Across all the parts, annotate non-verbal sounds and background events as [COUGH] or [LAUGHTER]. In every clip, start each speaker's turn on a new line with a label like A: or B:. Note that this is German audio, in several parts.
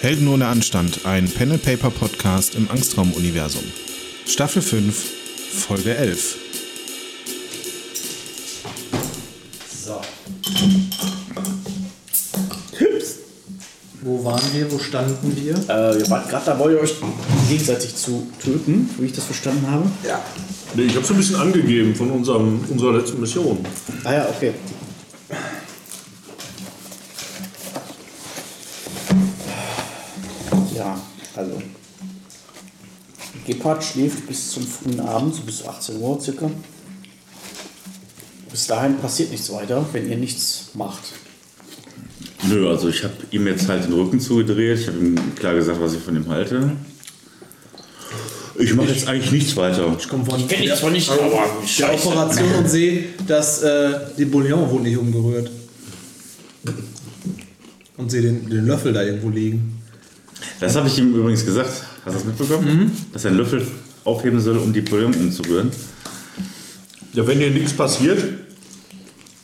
A: Helden ohne Anstand, ein Panel Paper Podcast im Angstraum-Universum. Staffel 5, Folge 11.
B: So. Wo waren wir? Wo standen wir?
C: Äh, wir waren gerade dabei, euch gegenseitig zu töten, wie ich das verstanden habe.
B: Ja.
D: Nee, ich habe so ein bisschen angegeben von unserem, unserer letzten Mission.
C: Ah ja, okay. Ja, also. Gebhardt schläft bis zum frühen Abend, so bis 18 Uhr circa. Bis dahin passiert nichts weiter, wenn ihr nichts macht.
E: Nö, also ich habe ihm jetzt halt den Rücken zugedreht. Ich habe ihm klar gesagt, was ich von ihm halte. Ich mache jetzt eigentlich nichts weiter.
B: Ich komme von
C: Kenn ich zwar nicht, aber
B: der
C: scheiße.
B: Operation und sehe, dass äh, die Bouillon wurde nicht umgerührt. Und sehe den, den Löffel da irgendwo liegen.
E: Das habe ich ihm übrigens gesagt. Hast du das mitbekommen?
D: Mhm.
E: Dass er einen Löffel aufheben soll, um die Bouillon umzurühren.
D: Ja, wenn dir nichts passiert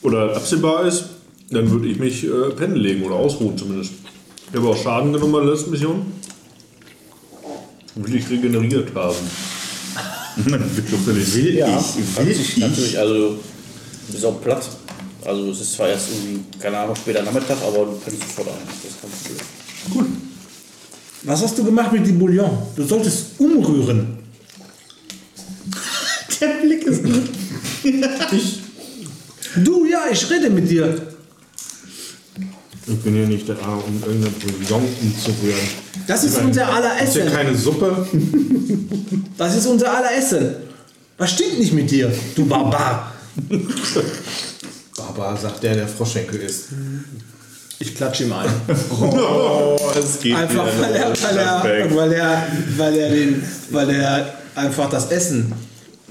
D: oder absehbar ist, dann würde ich mich äh, pennen legen oder ausruhen zumindest. Ich habe auch Schaden genommen bei der letzten Mission. Will ich regeneriert
E: [LAUGHS]
D: haben.
E: um will
C: Ja,
E: ich, will
C: natürlich,
E: ich.
C: natürlich. Also, du bist auch platt. Also, es ist zwar erst irgendwie, keine Ahnung, später Nachmittag, aber du pennst sofort ein. Das ist kein Problem.
F: Was hast du gemacht mit dem Bouillon? Du solltest umrühren.
C: [LAUGHS] Der Blick ist gut.
F: Du, ja, ich rede mit dir.
D: Ich bin ja nicht da, um irgendeine Bouillon umzurühren.
F: Das ist unser aller
D: Ist ja
F: Essen.
D: keine Suppe.
F: Das ist unser aller Essen. Was stimmt nicht mit dir, du
B: [LAUGHS]
F: Barbar?
B: Baba, sagt der, der Froschenkel ist. Ich klatsche ihm ein.
D: es geht
F: Einfach weil er, weil er, weil er, weil er, den, weil er einfach das Essen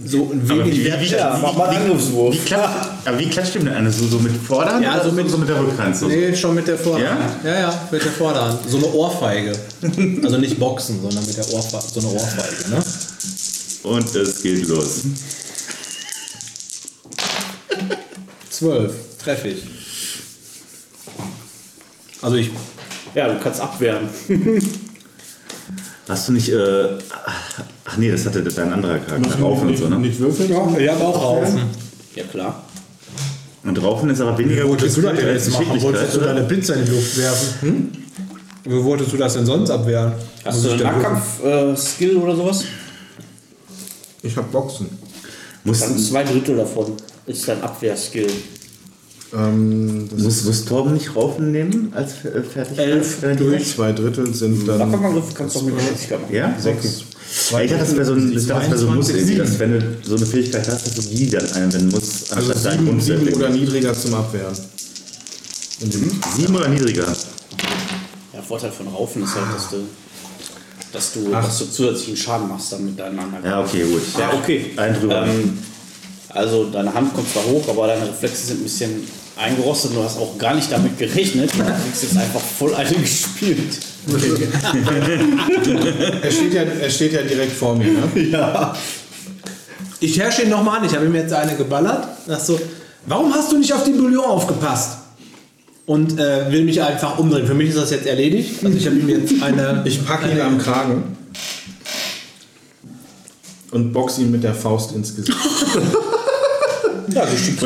F: so in wenig
E: wie, wie,
C: Ja, mach mal einen
E: wie,
C: Angriffswurf.
E: klatscht, aber wie klatscht ihm denn eine? So, so mit Vorderhand
F: Ja,
E: oder
F: so mit-
E: so mit der Rückhand? So?
B: Nee, schon mit der Vorderhand. Ja, ja, mit der Vorderhand. So eine Ohrfeige. Also nicht Boxen, sondern mit der Ohrfeige. So eine Ohrfeige, ne?
E: Und es geht los.
B: Zwölf. Treffe ich. Also ich.
C: Ja, du kannst abwehren.
E: Hast du nicht, äh, ach nee, das hatte dein anderer Charakter, Raufen und so, ne?
D: Nicht würfeln?
B: Ich habe auch Raufen.
C: Ja, klar.
E: Und Raufen ist aber weniger gut.
B: wolltest du das denn
E: als Geschicklichkeit,
C: Also-
E: oder?
B: Pizza in die Luft werfen? Hm? Wie wolltest du das denn sonst abwehren?
F: Also
C: Hast du einen Nahkampf-Skill oder sowas?
G: Ich hab Boxen.
C: Dann
E: Muss,
C: zwei Drittel davon ist dein Abwehr-Skill.
G: Ähm, das
E: muss, muss Torben nicht Raufen nehmen als äh, fertig?
C: Elf
E: Äh,
G: durch zwei Drittel sind dann
C: Nahkampfangriff kannst du auch mit Geschicklichkeit machen.
E: Ja?
G: sechs.
E: Ja, ich dachte, das wäre so ein, ich dachte, das wäre so ein Muss,
G: 22,
E: irgendwie, dass wenn du so eine Fähigkeit hast, dass du die dann einwenden musst,
G: Also
E: anstatt deinen
G: sieben,
E: Grund zu
G: sieben oder
E: entwickeln.
G: niedriger zum Abwehren.
E: Sieben oder niedriger.
C: Der Vorteil von Raufen ist halt, dass du, dass du, dass du zusätzlichen Schaden machst dann mit deinen Angriffen.
E: Ja, okay, gut.
C: Ja, okay.
E: Einen drüber.
C: Ähm, also deine Hand kommt zwar hoch, aber deine Reflexe sind ein bisschen eingerostet. Du hast auch gar nicht damit gerechnet. Du kriegst jetzt einfach voll eine gespielt.
G: Er steht, ja, er steht ja direkt vor mir, ne?
F: Ich herrsche ihn nochmal an, ich habe ihm jetzt eine geballert. Sag so, warum hast du nicht auf die Bouillon aufgepasst? Und äh, will mich einfach umdrehen. Für mich ist das jetzt erledigt. Also ich habe ihm jetzt [LAUGHS] eine.
G: Ich packe ihn am Kragen und box ihn mit der Faust ins Gesicht.
E: Und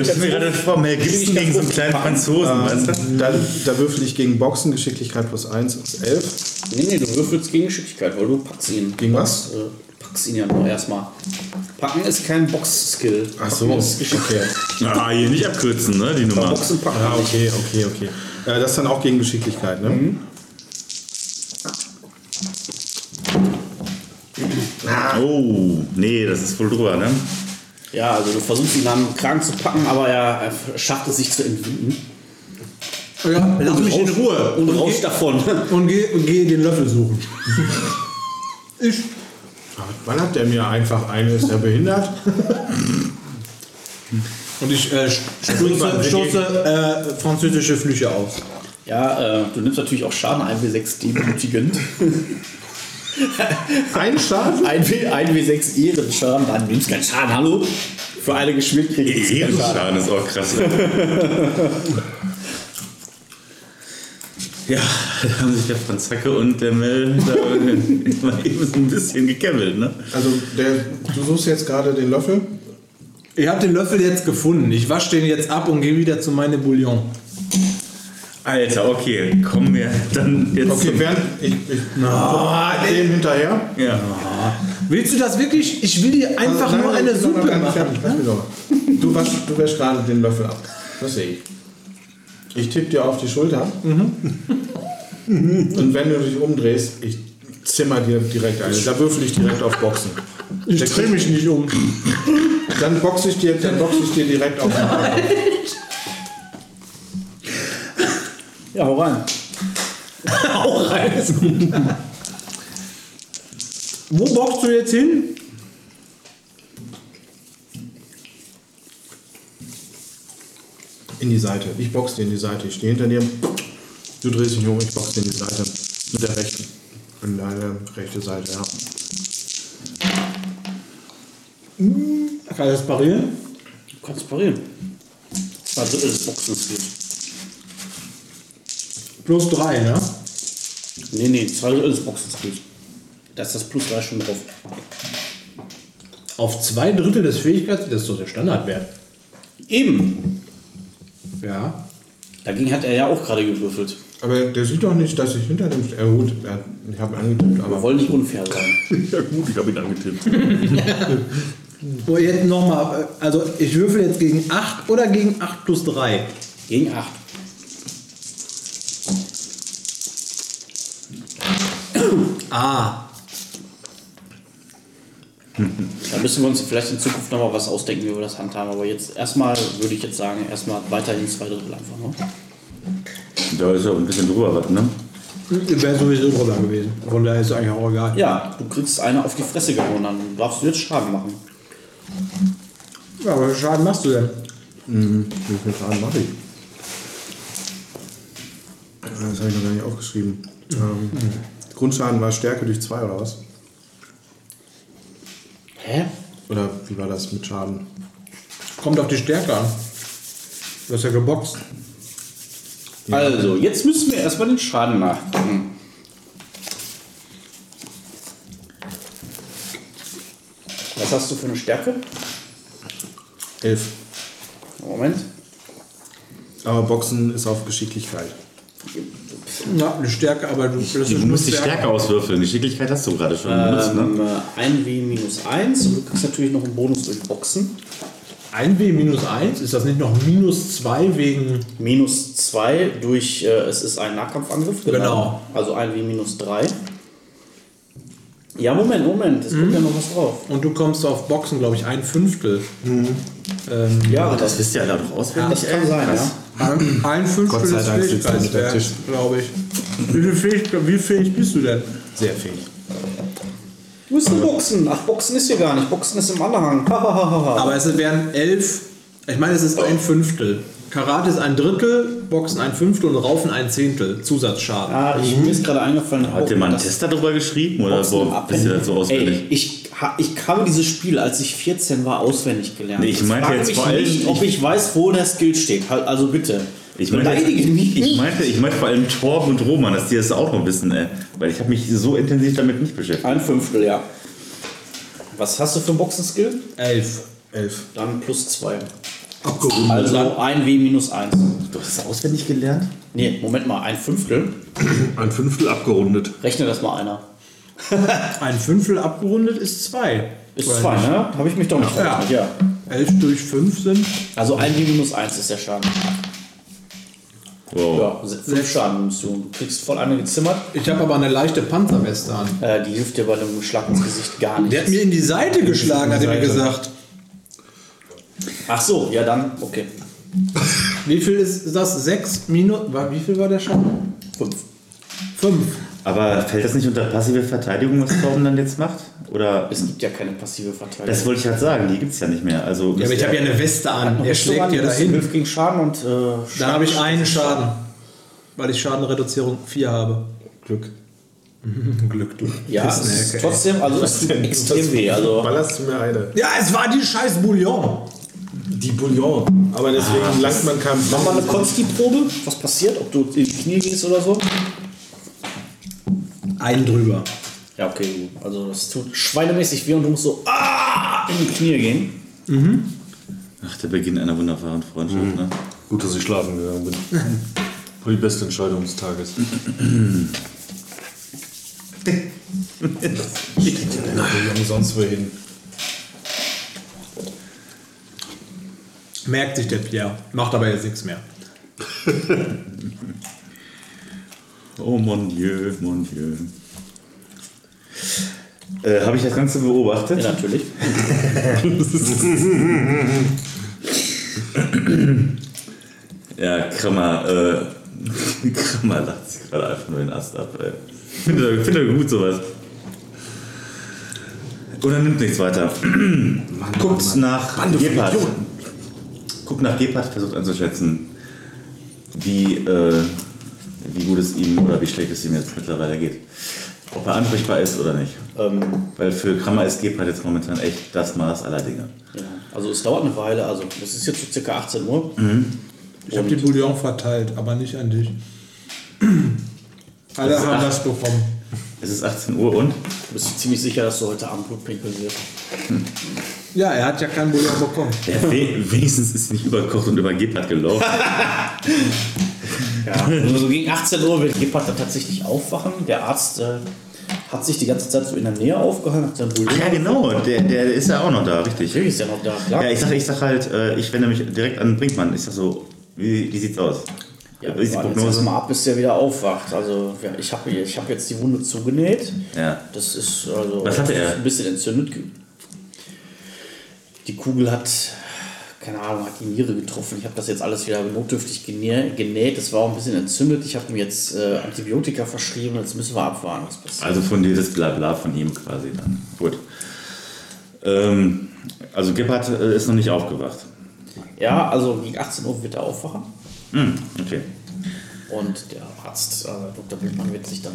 E: ich habe mir gerade vor, mehr gibt's denn gegen so einen kleinen Franzosen,
D: Ähm,
E: weißt du?
G: Da, da würfel ich gegen Boxen, Geschicklichkeit plus 1 ist 11.
C: Nee, nee, du würfelst gegen Geschicklichkeit, weil du packst ihn.
G: Gegen was?
C: Äh, packst ihn ja nur erstmal. Packen ist kein Box-Skill.
G: Ach so,
C: Packen ist Geschicklichkeit.
G: okay.
E: Ah, hier nicht abkürzen, ne, die Nummer.
C: Boxen packen.
G: Ah, okay, okay, okay. Äh, das ist dann auch gegen Geschicklichkeit, ne?
E: Oh, nee, das ist wohl drüber, ne?
C: Ja, also du versuchst ihn am Kragen zu packen, aber er er schafft es sich zu entwinden.
F: Ja, lass mich in Ruhe.
C: Und rauscht davon. [LAUGHS]
F: Und geh, und geh den Löffel suchen. [LAUGHS] ich.
G: Wann hat der mir einfach eine? Ist er behindert?
F: Und ich äh, stoße, stoße äh, französische Flüche aus.
C: Ja, äh, du nimmst natürlich auch Schaden 1W6 demütigend.
G: [LAUGHS] Ein Schaden?
C: 1W, 1W6 Ehrenschaden, dann nimmst keinen Schaden, hallo? Für alle gespielt kriegst du
E: ne?
C: keinen Schaden.
E: Ehrenschaden ist auch krass. Ja, da haben sich der Franzacke und der Mel da mal eben so ein bisschen gekämmelt, ne?
G: Also der, du suchst jetzt gerade den Löffel.
F: Ich habe den Löffel jetzt gefunden. Ich wasche den jetzt ab und gehe wieder zu meinem Bouillon.
E: Alter, okay, kommen wir dann jetzt.
G: Okay,
E: zum-
G: während ich, ich
F: Ah,
G: guck dem hinterher.
E: ja.
F: Willst du das wirklich? Ich Äh, will dir einfach
G: Also, nein,
F: nur
G: nein,
F: eine
G: ich bin noch
F: Suppe
G: gar nicht
F: machen. ne?
G: fertig. Lass mich doch. Du, wasch, du wäschst gerade den Löffel ab. Das sehe ich. Ich tippe dir auf die Schulter.
F: Mhm.
G: Und wenn du dich umdrehst, ich zimmer dir direkt eine. Da würfel ich direkt auf Boxen.
F: Ich drehe mich nicht um.
G: Dann boxe ich dir, dann boxe ich dir direkt auf den Kopf.
C: Ja, hau [LAUGHS] rein.
F: Wo bockst du jetzt hin?
G: in die Seite. Ich boxe dir in die Seite. Ich stehe hinter dir. Du drehst dich um, ich boxe dir in die Seite. Mit der rechten. In deine rechte Seite, ja.
F: Kann ich das parieren?
C: Du kannst parieren. Zwei Drittel des Boxens geht.
F: Plus drei, ne?
C: Nee, nee, zwei Drittel des Boxens geht. Da ist das Plus 3 schon drauf.
F: Auf zwei Drittel des Fähigkeits, das ist doch der Standardwert.
C: Eben.
F: Ja.
C: Dagegen hat er ja auch gerade gewürfelt.
G: Aber der sieht doch nicht, dass ich hinter dem... Äh, gut, er- ich habe angetippt,
C: Wir
G: aber...
C: wollen nicht unfair sein.
D: Ja gut, ich habe ihn angetippt.
F: So, jetzt nochmal. Also, ich würfel jetzt gegen 8 oder gegen 8 plus 3?
C: Gegen 8.
F: Ah.
C: Da müssen wir uns vielleicht in Zukunft nochmal was ausdenken, wie wir das handhaben. Aber jetzt erstmal würde ich jetzt sagen, erstmal weiterhin zwei Drittel einfach. Ne?
E: Da ist ja auch ein bisschen drüber was, ne?
F: Wäre sowieso drüber gewesen. Von daher ist es eigentlich auch egal.
C: Ja, du kriegst eine auf die Fresse gehauen, dann darfst du jetzt Schaden machen.
F: Ja, aber welchen Schaden machst du denn?
G: Mhm. Wie viel Schaden mache ich? Ah, Das habe ich noch gar nicht aufgeschrieben. Ähm, Grundschaden war Stärke durch 2 oder was?
C: Hä?
G: Oder wie war das mit Schaden?
F: Kommt auf die Stärke an. Du hast ja geboxt.
C: Also, jetzt müssen wir erstmal den Schaden nachgucken. Was hast du für eine Stärke?
G: 11.
C: Moment.
G: Aber Boxen ist auf Geschicklichkeit.
F: Ja, eine Stärke, aber du, das ist
E: Du musst die
F: Stärke.
E: Stärke auswürfeln. Geschicklichkeit hast du gerade schon benutzt, ne?
C: Ähm, äh, 1W minus 1 und du kriegst natürlich noch einen Bonus durch Boxen.
F: 1W minus 1, ist das nicht noch minus 2 wegen.
C: Minus 2 durch, äh, es ist ein Nahkampfangriff.
F: Genau.
C: Also 1W minus 3. Ja, Moment, Moment, es kommt ja noch was drauf.
F: Und du kommst auf Boxen, glaube ich, ein Fünftel.
G: Mhm.
F: Ähm,
C: Ja,
E: Ah, Das wisst ihr alle doch auswendig,
C: das kann sein, ja.
F: ein, ein Fünftel
G: Gott sei
F: des
G: Dank sitzt er mit der
F: Fähigkeitswerts, glaube ich. Wie, viel Fähig, wie fähig bist du denn?
G: Sehr fähig.
C: Du bist ein Boxen. Ach, Boxen ist hier gar nicht. Boxen ist im Anhang. Aber
F: Aber es wären elf. Ich meine, es ist ein Fünftel. Karate ist ein Drittel, Boxen ein Fünftel und Raufen ein Zehntel. Zusatzschaden.
C: ah, ich, mir ist gerade eingefallen.
E: Hat dir mal einen
C: Oh, das-
E: Test darüber geschrieben oder boah, bist du dazu
C: Ey,
E: auswendig?
C: ich, ha- ich habe dieses Spiel, als ich 14 war, auswendig gelernt.
E: Nee, ich meinte
C: frage
E: jetzt
C: mich
E: vor allem-
C: nicht, ob ich weiß, wo der Skill steht. Halt, Also bitte.
E: Ich meine,
C: Beleidige mich
E: ich
C: nicht.
E: meinte, ich meinte vor allem Torben und Roman, dass die das auch noch wissen, ey. Weil ich habe mich so intensiv damit nicht beschäftigt.
C: Ein Fünftel, ja. Was hast du für einen Boxen-Skill?
F: Elf.
G: 11.
C: Dann plus 2. Also 1W minus 1.
E: Du hast es auswendig gelernt?
C: Nee, Moment mal, ein Fünftel.
D: Ein Fünftel abgerundet.
C: Rechne das mal einer.
F: Ein Fünftel abgerundet ist zwei.
C: Ist
F: Oder
C: 2,
F: nicht?
C: ne? Habe ich mich doch nicht
F: Ja.
C: verrechnet, ja.
F: Elf durch fünf sind.
C: Also 1W minus 1 ist der Schaden.
E: Wow.
C: Ja, se- fünf Schaden nimmst du. Du kriegst voll eine gezimmert.
F: Ich habe aber eine leichte Panzerweste an.
C: Äh, die hilft dir bei einem Schlag ins Gesicht gar nicht.
F: Der hat mir in die Seite geschlagen, hat er mir gesagt.
C: Ach so, ja dann, okay.
F: Wie viel ist das? Sechs minus. war- Wie viel war der Schaden?
C: Fünf.
F: Fünf.
E: Aber fällt das nicht unter passive Verteidigung, was Torben dann jetzt macht? Oder
C: Es gibt ja keine passive Verteidigung.
E: das wollte ich halt sagen, die gibt es ja nicht mehr. Also
F: Ja, aber ich habe ja eine Weste an. Er schlägt ja dahin.
C: Hilf gegen Schaden und äh,
F: Dann habe ich einen Schaden. Weil ich Schadenreduzierung 4 habe.
G: Glück.
F: Glück, du.
C: ja, es ist
F: Pissnäcke, ey.
C: trotzdem, also es tut extrem weh. Also
G: Ballerst du mir eine?
F: Ja, es war die scheiß Bouillon.
G: Die Bouillon. Aber deswegen
F: Ah.
G: langt man keinen
C: Mach mal eine Konsti-Probe, was passiert, ob du in die Knie gehst oder so.
F: Einen drüber.
C: Ja, okay, gut. Also das tut schweinemäßig weh und du musst so ah, in die Knie gehen.
E: Ach, der Beginn einer wunderbaren Freundschaft,
C: Mhm.
E: ne?
D: Gut, dass ich schlafen gegangen [LAUGHS] bin. War die beste Entscheidung des Tages.
G: Bouillon sonst wohin.
F: Merkt sich der Pierre. Macht aber jetzt nichts mehr.
E: Oh mon Dieu, mon Dieu. Äh, Habe ich das Ganze beobachtet?
C: Ja, natürlich.
E: Ja, Krammer, äh, [LAUGHS] Krammer lacht sich gerade einfach nur den Ast ab, ey. Finde find er gut sowas. Und er nimmt nichts weiter. [CLEARS THROAT] Guckt nach Gepard. Guckt nach Gepard, versucht einzuschätzen, wie, äh, wie gut es ihm oder wie schlecht es ihm jetzt mittlerweile geht. Ob er ansprechbar ist oder nicht.
C: Ähm,
E: Weil für Krammer ist Gepard jetzt momentan echt das Maß aller Dinge.
C: ja. Also es dauert eine Weile, also es ist jetzt so ca. 18 Uhr.
E: Mhm.
F: Ich habe die Bouillon verteilt, aber nicht an dich. Alle haben das bekommen.
E: Es ist 18 Uhr und?
C: Du bist dir ziemlich sicher, dass du heute Abend Blut pinkeln wirst.
F: Ja, er hat ja keinen Bouillon bekommen.
E: Ja, we- wenigstens ist sie nicht überkocht und über Gepard gelaufen.
C: Ja. [LAUGHS] Also so gegen 18 Uhr wird Gebhardt dann tatsächlich aufwachen. Der Arzt äh, hat sich die ganze Zeit so in der Nähe aufgehalten, hat seinen
E: Ach
C: Bouillon.
E: [LAUGHS] ja, genau, der, der ist ja auch noch da, richtig.
C: Natürlich ist ja noch da, klar.
E: Ja, ich sag, ich sag halt, äh, ich wende mich direkt an Brinkmann. Ich sag so, wie, wie sieht's aus?
C: Ja,
E: wie
C: wir
E: ist die
C: warten jetzt erst
E: Prognose?
C: mal ab, bis der wieder aufwacht. Also ja, ich habe ich hab jetzt die Wunde zugenäht.
E: Ja.
C: Das ist also
E: Was hatte er?
C: ein bisschen entzündet. ge- Die Kugel hat, keine Ahnung, hat die Niere getroffen. Ich habe das jetzt alles wieder notdürftig genä- genäht. Das war auch ein bisschen entzündet. Ich habe ihm jetzt äh, Antibiotika verschrieben. Jetzt müssen wir abwarten, was passiert.
E: Also fundiertes Blabla von ihm quasi dann. Gut. Ähm, also Gebhardt äh, ist noch nicht aufgewacht.
C: Ja, also gegen 18 Uhr wird er aufwachen.
E: Hm, okay.
C: Und der Arzt, äh, Dr. Bildmann, wird sich dann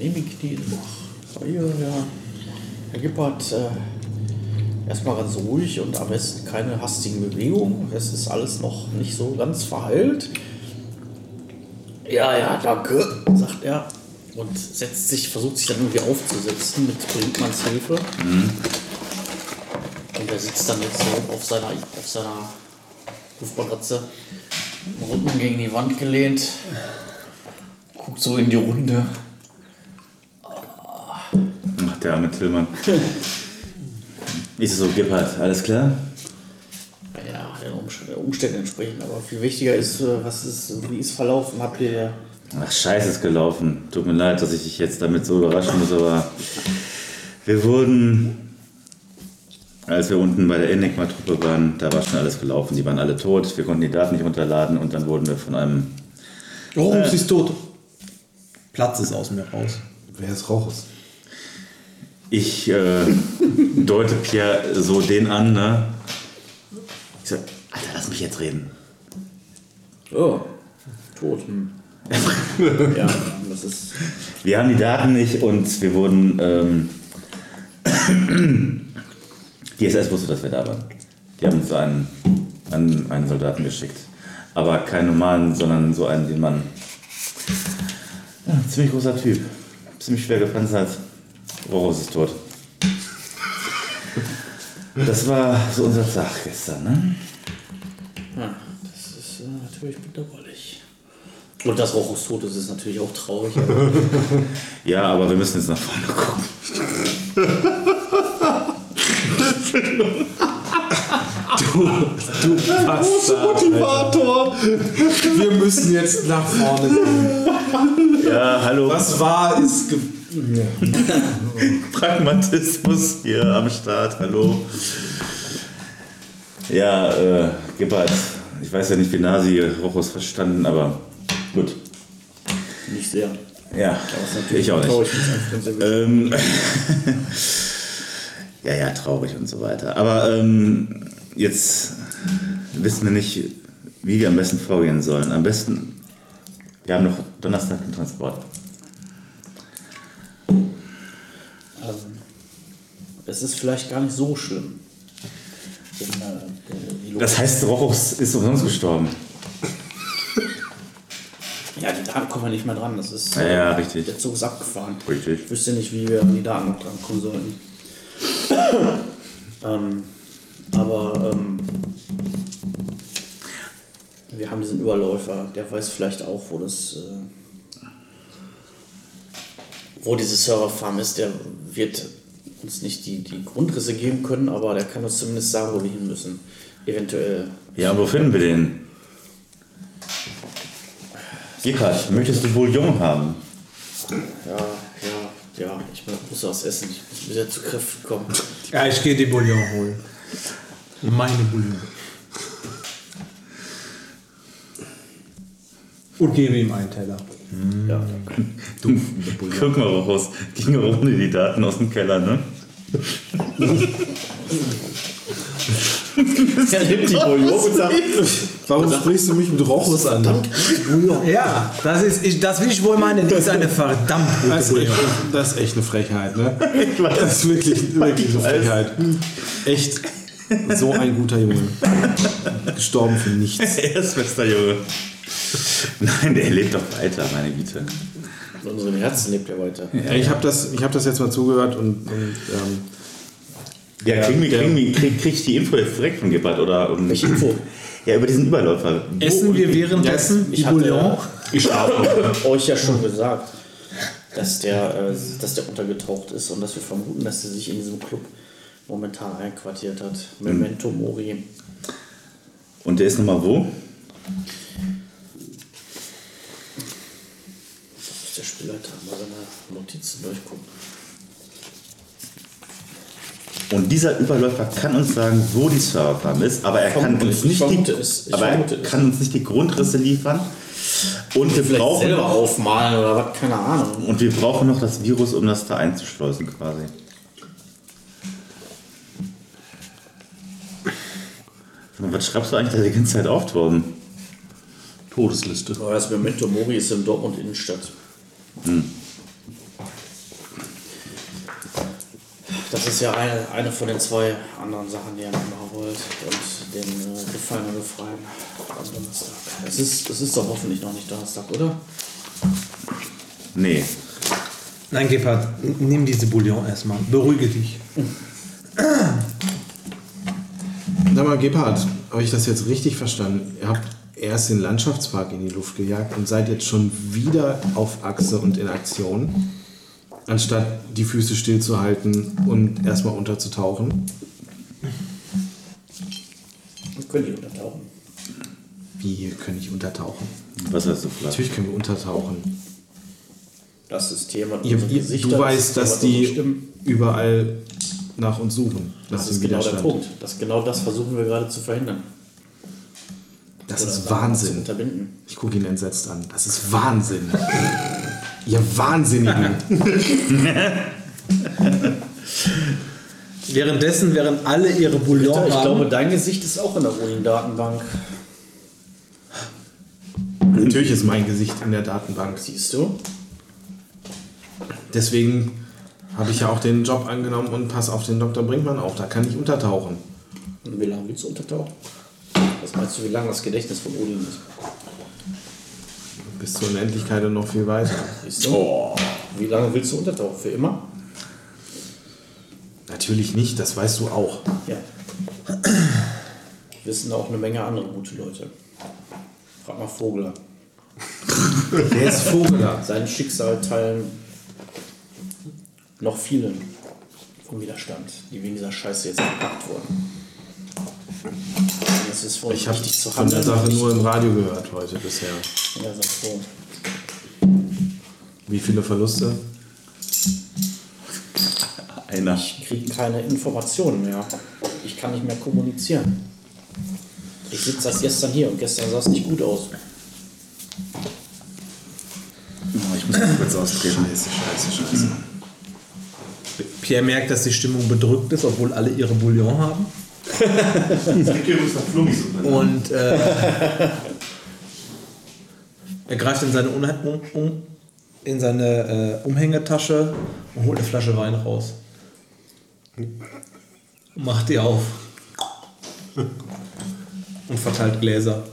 C: neben die Knie. Ach, so, hier, ja. Herr Gippert, äh, erstmal ganz ruhig und am besten keine hastigen Bewegungen. Es ist alles noch nicht so ganz verheilt. Ja, ja, danke, sagt er. Und setzt sich, versucht sich dann irgendwie aufzusetzen mit Brinkmanns Hilfe. Und er sitzt dann jetzt so auf seiner, auf seiner Luftmatratze, Rücken gegen die Wand gelehnt, guckt so in die Runde.
E: Ach, der arme [LAUGHS] Tillmann. Ich sag so, Gebhardt, alles klar?
C: Ja, um den Umst- der Umständen entsprechend. Aber viel wichtiger ist, äh, was ist, wie ist verlaufen? Habt ihr.
E: Ach, scheiße ist gelaufen. Tut mir leid, dass ich dich jetzt damit so überraschen muss, aber wir wurden, als wir unten bei der Enigma-Truppe waren, da war schon alles gelaufen. Die waren alle tot, wir konnten die Daten nicht runterladen und dann wurden wir von einem...
F: Oh, sie ist tot. Platz ist aus mir raus.
G: Wer ist Rauches?
E: Ich äh, [LAUGHS] deute Pierre so den an, ne? Ich sag, Alter, lass mich jetzt reden.
C: Oh, tot. Hm. [LAUGHS] ja, das ist.
E: Wir haben die Daten nicht und wir wurden... Ähm, [CLEARS THROAT] die SS wusste, dass wir da waren. Die haben uns einen, einen, einen Soldaten geschickt. Aber keinen normalen, sondern so einen, den man... Ja, ziemlich großer Typ. Ziemlich schwer gepanzert. Horus ist tot. Das war so unser Tag gestern, ne?
C: Ja, das ist äh, natürlich bedauerlich. Und dass Rochus tot ist, ist natürlich auch traurig. [LAUGHS] aber-
E: Ja, aber wir müssen jetzt nach vorne gucken.
G: Motivator! Wir müssen jetzt nach vorne gehen.
E: Ja, hallo.
G: Was war, ist. Ge ja.
E: Pragmatismus hier am Start, hallo. Ja, äh, Gibbard, ich weiß ja nicht, wie nah Sie Rochus verstanden, aber gut.
C: Nicht sehr.
E: Ja, ich auch nicht. Ähm, [LAUGHS] ja, ja, traurig und so weiter. Aber ähm, jetzt wissen wir nicht, wie wir am besten vorgehen sollen. Am besten, wir haben noch Donnerstag den Transport.
C: Ähm, es ist vielleicht gar nicht so schlimm, den, äh, den
E: Das heißt, Rochus ist umsonst gestorben.
C: Ja, die Daten kommen wir nicht mehr dran. Das ist,
E: Ja, ja, richtig.
C: Der Zug ist abgefahren.
E: Richtig.
C: Ich wüsste nicht, wie wir an die Daten noch dran kommen sollten. [COUGHS] ähm, aber ähm, wir haben diesen Überläufer, der weiß vielleicht auch, wo das. Äh, wo diese Serverfarm ist. Der wird uns nicht die, die Grundrisse geben können, aber der kann uns zumindest sagen, wo wir hin müssen. Eventuell.
E: Ja, aber wo finden wir den? Gikas, möchtest du wohl Jung haben?
C: Ja, ja, ja. Ich muss was essen. Ich muss wieder zu Kräften kommen.
F: Ja, ich gehe die Bouillon holen. Meine Bouillon. Und gebe ihm einen Teller.
C: Ja, danke.
E: Guck mal, Rochus, ging auch ohne die Daten aus dem Keller, ne?
C: Er nimmt die Bouillon und sagt,
G: Warum sprichst du mich mit Rochus an?
F: ne? Ja, das, ist, ich, das will ich wohl meinen. Das ist eine verdammt gute
G: Das ist, echt, das ist echt eine Frechheit, ne? [LAUGHS] Das
C: [LAUGHS]
G: ist wirklich, wirklich eine Frechheit. Echt so ein guter Junge. Gestorben für nichts.
E: Er ist bester Junge. Nein, der lebt doch weiter, meine Güte.
C: in unserem Herzen lebt er weiter.
G: Ich habe das, ich hab das jetzt mal zugehört und, und ähm,
E: Ja, kriegen wir,
G: der-
E: kriegen wir, krieg, krieg ich die Info jetzt direkt von Gibbard oder um,
C: Welche Info?
E: Ja, über diesen Überläufer. Wo-
F: Essen wir währenddessen die
C: Ich hatte-
F: Bouillon?
E: Ich schlafe.
C: euch äh, ja schon gesagt, dass der, äh, dass der untergetaucht ist und dass wir vermuten, dass er sich in diesem Club momentan einquartiert hat. Memento
E: Hm.
C: Mori.
E: Und der ist nochmal wo?
C: Muss der Spielleiter mal seine Notizen durchgucken.
E: Und dieser Überläufer kann uns sagen, wo die Serverfarm ist, aber er kann
C: Vermute
E: uns
C: ich,
E: nicht die,
C: vermute es, ich
E: aber er
C: vermute es.
E: kann uns nicht die Grundrisse liefern. Und wir,
C: Vielleicht
E: brauchen,
C: selber aufmalen oder was, keine Ahnung.
E: und wir brauchen noch das Virus, um das da einzuschleusen quasi. Sag mal, Was schreibst du eigentlich da die ganze Zeit auf, Torben?
D: Todesliste.
C: Aber das Memento Mori ist in Dortmund Innenstadt.
G: Hm.
C: Das ist ja eine, eine von den zwei anderen Sachen, die ihr machen wollt. Und den äh, Gefallenen befreien am Donnerstag. Es ist, es ist doch hoffentlich noch nicht Donnerstag, oder?
E: Nee.
F: Nein, Gebhard, n- nimm diese Bouillon erstmal. Beruhige dich.
G: Sag mal, Gebhardt, habe ich das jetzt richtig verstanden? Ihr habt erst den Landschaftspark in die Luft gejagt und seid jetzt schon wieder auf Achse und in Aktion, anstatt die Füße stillzuhalten und erstmal unterzutauchen.
C: Wir können die untertauchen.
G: Wie können ich untertauchen?
E: Was heißt du vielleicht?
G: Natürlich können wir untertauchen.
C: Das System hat
G: Ihr,
C: unsere
G: ihr,
C: Gesichter,
G: du
C: das
G: weißt,
C: System
G: dass
C: hat unsere
G: die
C: Stimmen.
G: überall nach uns suchen, nach
C: Das
G: dem
C: ist genau der
G: Widerstand.
C: Punkt. Das, genau das versuchen wir gerade zu verhindern.
G: Das
C: Oder
G: ist
C: sagen wir, Zu
G: Wahnsinn.
C: unterbinden.
G: Ich gucke ihn entsetzt an. Das ist Wahnsinn. ihr Wahnsinnigen.
C: [LAUGHS]
F: Währenddessen, während alle ihre Bouillon
C: Peter, ich
F: haben,
C: glaube, dein Gesicht ist auch in der Ruin-Datenbank.
G: Natürlich ist mein Gesicht in der Datenbank.
C: Siehst du?
G: Deswegen habe ich ja auch den Job angenommen und pass auf den Dr. Brinkmann auf. Da kann ich untertauchen.
C: Und wie lange willst du untertauchen? Was meinst du, wie lange das Gedächtnis von Odin ist?
G: Bis zur Unendlichkeit und noch viel weiter.
C: Siehst du? Wie lange willst du untertauchen? Für immer?
G: Natürlich nicht, das weißt du auch.
C: Ja. Wissen auch eine Menge andere gute Leute. Frag mal Vogler. [LAUGHS]
G: Der ist Vogeler.
C: Sein Schicksal teilen noch viele vom Widerstand, die wegen dieser Scheiße jetzt gepackt wurden. Das ist wohl
G: Ich habe
C: wichtig zu
G: von der
C: handeln.
G: Sache nur im Radio gehört heute bisher.
C: Ja, sag so.
G: Wie viele Verluste?
E: Einer.
C: Ich kriege keine Informationen mehr. Ich kann nicht mehr kommunizieren. Ich sitze das gestern hier und gestern sah es nicht gut aus.
E: Oh, Ich muss mal kurz austreten.
G: Scheiße, scheiße, scheiße.
F: Pierre merkt, dass die Stimmung bedrückt ist, obwohl alle ihre Bouillon haben. Und äh, er greift in seine, Unhe- um, um, in seine äh, Umhängetasche und holt eine Flasche Wein raus. Macht die auf. und verteilt Gläser.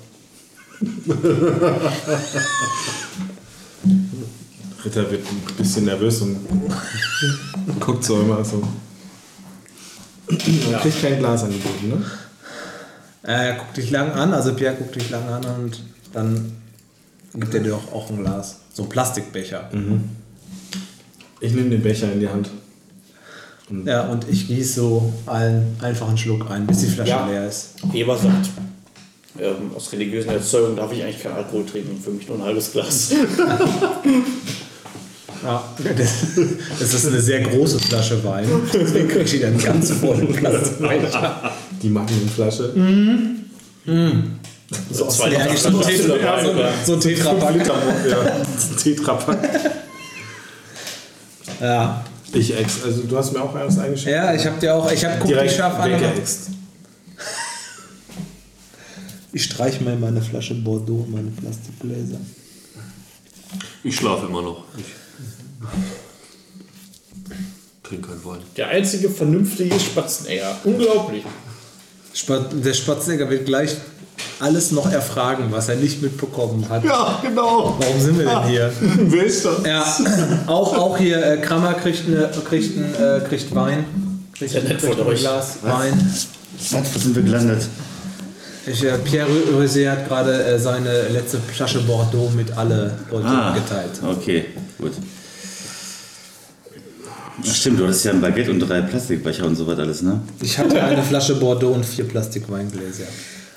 G: Ritter wird ein bisschen nervös und guckt so immer so. Man kriegt kein Glas angeboten, ne?
F: Äh, Er guckt dich lang an, also Pierre guckt dich lang an und dann gibt er dir doch auch ein Glas. So ein Plastikbecher.
G: Ich nehme den Becher in die Hand.
F: Ja, und ich gieße so allen einfach einen Schluck ein, bis die Flasche
C: Ja.
F: leer ist.
C: Eber sagt, ähm, aus religiösen Erzeugungen darf ich eigentlich keinen Alkohol trinken, für mich nur ein halbes [LAUGHS] Glas.
F: Ja, das, das ist eine sehr große Flasche Wein. Deswegen kriege ich die dann ganz voll Plastikbecher.
G: Die Magnumflasche.
E: Mhm.
F: So aus
C: Zwei
F: der
C: Liter
F: so ein
C: Flasche
F: Tetra-
C: dabei,
F: so-
C: oder?
F: so ein Tetrapack.
D: [LAUGHS]
G: Ja, Tetrapack.
F: Ja.
G: Ich ex. Also du hast mir auch alles eingeschenkt.
F: ja, ich hab dir auch, ich hab guck dich scharf an. und-
G: weggeext.
H: Ich streich mal meine Flasche Bordeaux, meine Plastikgläser.
D: Ich schlafe immer noch. Ich trinke keinen Wein.
C: Der einzige vernünftige ist Spatzenegger. Unglaublich.
F: Spat- Der Spatznegger wird gleich alles noch erfragen, was er nicht mitbekommen hat.
D: Ja, genau.
F: Warum sind wir denn hier?
D: [LAUGHS] Wer ist das?
F: Ja, auch, auch hier äh, Kramer kriegt, eine, kriegt, ein, äh, kriegt Wein. Kriegt,
C: Ja, nett
F: kriegt
C: von
F: ein
C: euch.
F: Glas Wein.
E: Was, wo sind wir gelandet?
F: Ich, äh, Pierre Rosé hat gerade äh, seine letzte Flasche Bordeaux mit alle Leute
C: Ah.
D: Ah.
F: geteilt.
E: Ah. Okay, gut. Ach stimmt, du hattest ja ein Baguette und drei Plastikbecher und so was alles, ne?
F: Ich hatte eine Flasche Bordeaux und vier Plastikweingläser.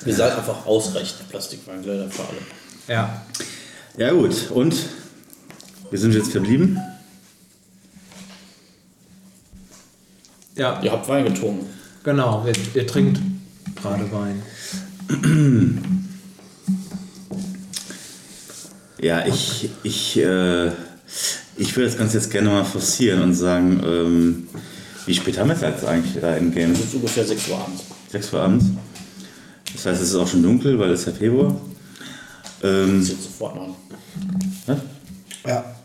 C: Wir sagen einfach ausreichend Plastikweingläser für alle.
F: Ja.
E: Ja gut, und? Wir sind jetzt verblieben.
F: Ja,
C: Ihr habt Wein getrunken.
F: genau. Ihr, ihr trinkt gerade Wein.
E: Ja, ich, ich, äh, ich würde das Ganze jetzt gerne mal forcieren und sagen, ähm, wie spät haben wir es jetzt also eigentlich da im Game?
C: Es ist ungefähr 6 Uhr abends.
E: 6 Uhr abends. Das heißt, es ist auch schon dunkel, weil es ist ja Februar. Ähm,
C: Das jetzt sofort machen.
E: ne?
H: Ja.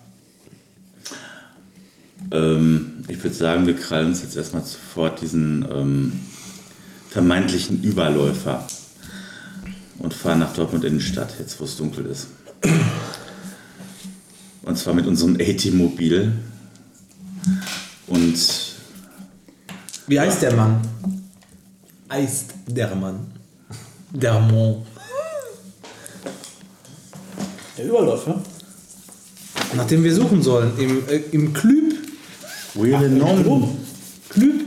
E: Ähm, ich würde sagen, wir krallen uns jetzt erstmal sofort diesen ähm, vermeintlichen Überläufer und fahren nach Dortmund Innenstadt, jetzt wo es dunkel ist. Und zwar mit unserem AT-Mobil. Und
F: Wie heißt der Mann? Eist der Mann. Der Mann.
C: Der Überläufer?
F: Nachdem wir suchen sollen, im, äh, im Klüb.
E: Wheeling
C: Warum?
F: Klüb.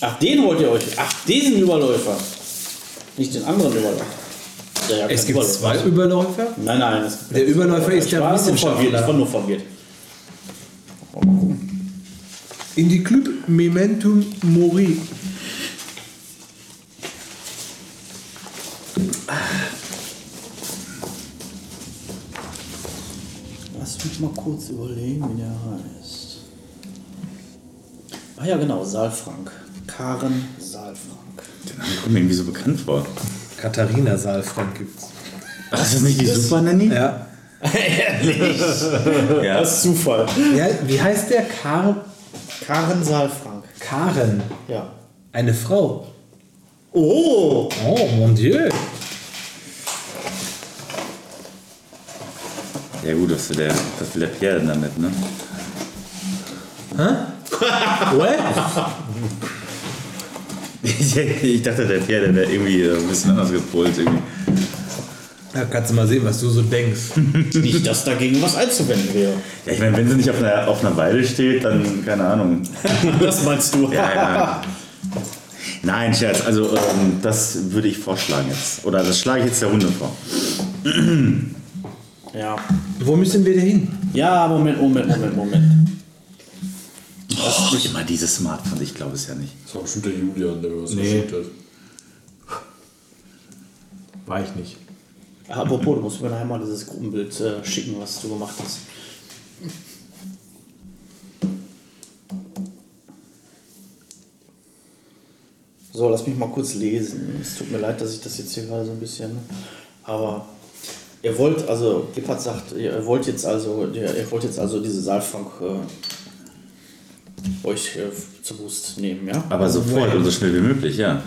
C: Ach, den wollt ihr euch. Ach, diesen Überläufer. Nicht den anderen Überläufer. Der ja kein
F: Es gibt
C: Überläufer
F: zwei
C: ist.
F: Überläufer.
C: Nein, nein. es gibt
F: Der
C: nicht.
F: Überläufer ist
C: ich
F: der
C: war nur
F: Wissenschaftler.
C: verwirrt, Ich war nur verwirrt.
F: In die Klüb Mementum Mori.
C: Lass mich mal kurz überlegen, wie der heißt. Ah ja, genau, Saalfrank. Karen Saalfrank.
E: kommt mir irgendwie so bekannt vor.
F: Katharina Saalfrank gibt's.
E: Ach, ist das nicht die Super Nanny?
F: Ja.
E: Ja.
C: [LAUGHS] Das ist Zufall.
F: ja. Wie heißt der? Kar
C: Karen Saalfrank.
F: Karen.
C: Ja.
F: Eine Frau.
C: Oh!
F: Oh, mon Dieu.
E: Ja gut, was will der, was will der Pierre denn damit, ne?
F: [LAUGHS] What?
E: [LAUGHS] ich dachte, der Pierre, der wäre irgendwie äh, ein bisschen anders gepolt. Irgendwie.
F: Da kannst du mal sehen, was du so denkst.
C: Nicht, dass dagegen was einzuwenden wäre.
E: Ja, ich meine, wenn sie nicht auf einer, auf einer Weide steht, dann keine [LAUGHS] Ahnung.
C: Das meinst du?
E: Ja, ja. Nein, Scherz, also ähm, das würde ich vorschlagen jetzt. Oder das schlage ich jetzt der Runde vor.
C: Ja.
F: Wo müssen wir denn hin?
C: Ja, Moment, Moment, Moment, Moment.
E: Oh, immer dieses Smartphone, ich glaube es ja nicht.
D: Das war bestimmt der Julian, der mir was
G: Nee.
D: geschickt hat.
G: War ich nicht.
C: Apropos, du musst mir nachher mal dieses Gruppenbild äh, schicken, was du gemacht hast. So, lass mich mal kurz lesen. Es tut mir leid, dass ich das jetzt hier gerade so ein bisschen. Aber ihr wollt, also, Gippert sagt, ihr wollt jetzt also, ihr, ihr wollt jetzt also diese Saalfrank äh, euch äh, zur Brust nehmen, ja?
E: Aber sofort und so schnell wie möglich, ja.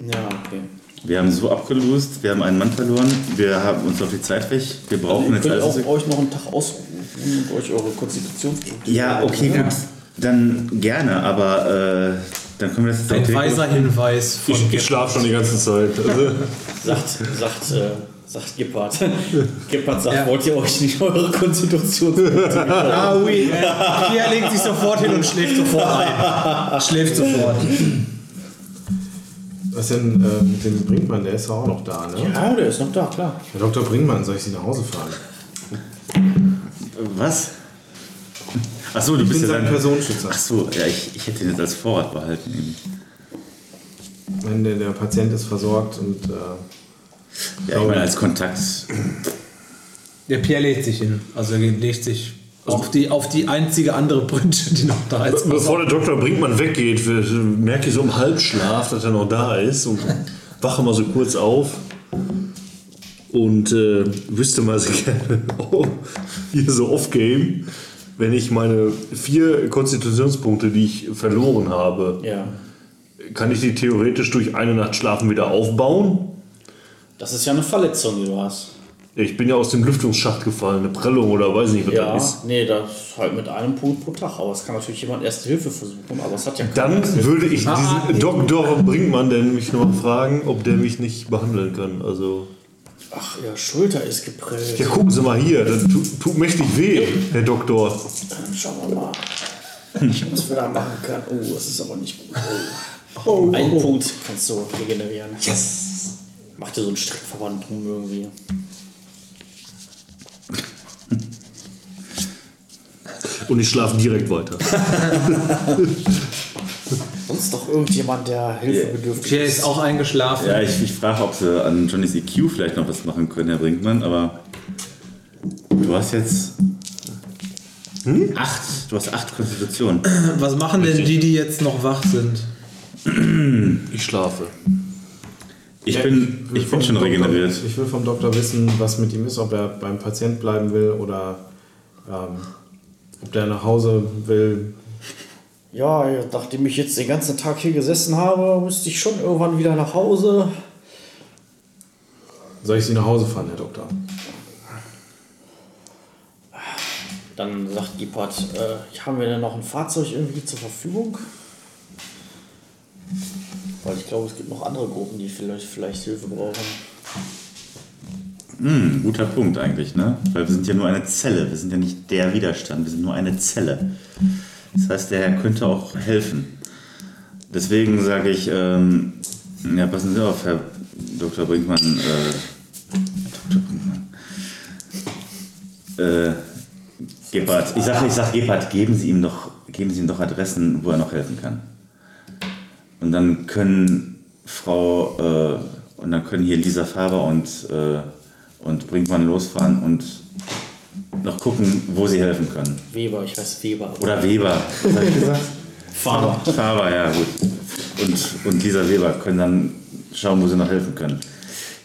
C: Ja, okay.
E: Wir haben so abgelost, wir haben einen Mann verloren, wir haben uns auf die Zeit weg, wir brauchen
C: Ihr
E: jetzt
C: könnt
E: alles.
C: auch
E: was wir-
C: euch noch einen Tag ausruhen und euch eure Konstitutionspunkte.
E: Ja, okay, gut. Dann gerne, aber äh, dann können wir das jetzt
F: Ein
E: direkt-
F: weiser Hinweis von
D: Ich, ich schlafe schon die ganze Zeit. [LAUGHS] Also,
C: Sagt, sagt, äh, sagt [LAUGHS] Gippard. Gippard sagt, wollt ihr euch nicht eure [LAUGHS] Konstitutionspunkte?
F: Ah, oui. Kia legt sich sofort hin und schläft sofort ein. Schläft sofort.
G: Was denn äh, mit dem Brinkmann? Der ist ja auch noch da, ne?
C: ja, der ist noch da, klar.
G: Herr Dr. Brinkmann, soll ich Sie nach Hause fahren?
E: Was? Achso, du
G: Ich
E: bist
G: bin
E: ja
G: sein
E: sein.
G: Personenschützer.
E: Achso, ja, ich, ich hätte ihn jetzt als Vorrat behalten. Eben.
G: Wenn der, der Patient ist versorgt und äh,
E: Ja, ich meine, als Kontakt.
F: Der Pierre legt sich hin. Also er legt sich auf die, auf die einzige andere Brünsche, die noch da ist.
D: be- bevor der Dr. Brinkmann weggeht, wir- merke ich so im Halbschlaf, dass er noch da ist und wache mal so kurz auf und äh, wüsste mal so [LAUGHS] gerne, oh, hier so off-game, wenn ich meine vier Konstitutionspunkte, die ich verloren habe,
C: Ja.
D: kann ich die theoretisch durch eine Nacht Schlafen wieder aufbauen?
C: Das ist ja eine Verletzung, die du hast.
D: Ich bin ja aus dem Lüftungsschacht gefallen, eine Prellung oder weiß nicht, was
C: Ja,
D: das ist.
C: nee, das halt mit einem Punkt pro Tag. Aber es kann natürlich jemand Erste Hilfe versuchen, aber es hat ja keiner.
D: Dann
C: [LAUGHS]
D: würde ich diesen Dr. Brinkmann denn mich nochmal fragen, ob der mich nicht behandeln kann. Also.
C: Ach, ihre Schulter ist geprellt.
D: Ja, gucken Sie mal hier, das tut, tut mächtig weh, Herr Doktor.
C: Schauen wir mal, was wir da machen können. Oh, das ist aber nicht gut. Oh. Ein Punkt kannst du regenerieren. Yes! Mach dir so einen Strickverband drum irgendwie.
D: Und ich schlafe direkt [LAUGHS] weiter.
C: Sonst noch irgendjemand, der Hilfe bedürftig
F: Pierre ist auch eingeschlafen.
E: Ja, ich, ich frage, ob sie an Johnnys EQ vielleicht noch was machen können, Herr Brinkmann, aber du hast jetzt.
G: Hm?
E: Acht, du hast acht Konstitutionen.
F: Was machen denn die, die jetzt noch wach sind?
D: Ich schlafe.
E: Ich bin,
G: will
E: ich bin
G: vom
E: schon
G: Doktor-
E: regeneriert.
G: Ich will vom Doktor wissen, was mit ihm ist, ob er beim Patient bleiben will oder ähm, ob der nach Hause will.
C: Ja, nachdem ich jetzt den ganzen Tag hier gesessen habe, müsste ich schon irgendwann wieder nach Hause.
G: Soll ich Sie nach Hause fahren, Herr Doktor?
C: Dann sagt Gepard, äh, haben wir denn noch ein Fahrzeug irgendwie zur Verfügung? Weil ich glaube, es gibt noch andere Gruppen, die vielleicht, vielleicht Hilfe brauchen.
E: Hm, guter Punkt eigentlich, ne? Weil wir sind ja nur eine Zelle, wir sind ja nicht der Widerstand, wir sind nur eine Zelle. Das heißt, der Herr könnte auch helfen. Deswegen sage ich, ähm, ja, passen Sie auf, Herr Dr. Brinkmann, äh, Herr Dr. Brinkmann, äh, Gebhardt, ich sage, ich sag Gebhardt, geben Sie ihm doch, geben Sie ihm doch Adressen, wo er noch helfen kann. Und dann können Frau äh, und dann können hier Lisa Faber und, äh, und Brinkmann losfahren und noch gucken, wo sie helfen können.
C: Weber, ich weiß Weber. aber
E: Oder Weber. Was hab ich gesagt?
C: Faber.
E: [LAUGHS] Faber, ja gut. Und, und Lisa Weber können dann schauen, wo sie noch helfen können.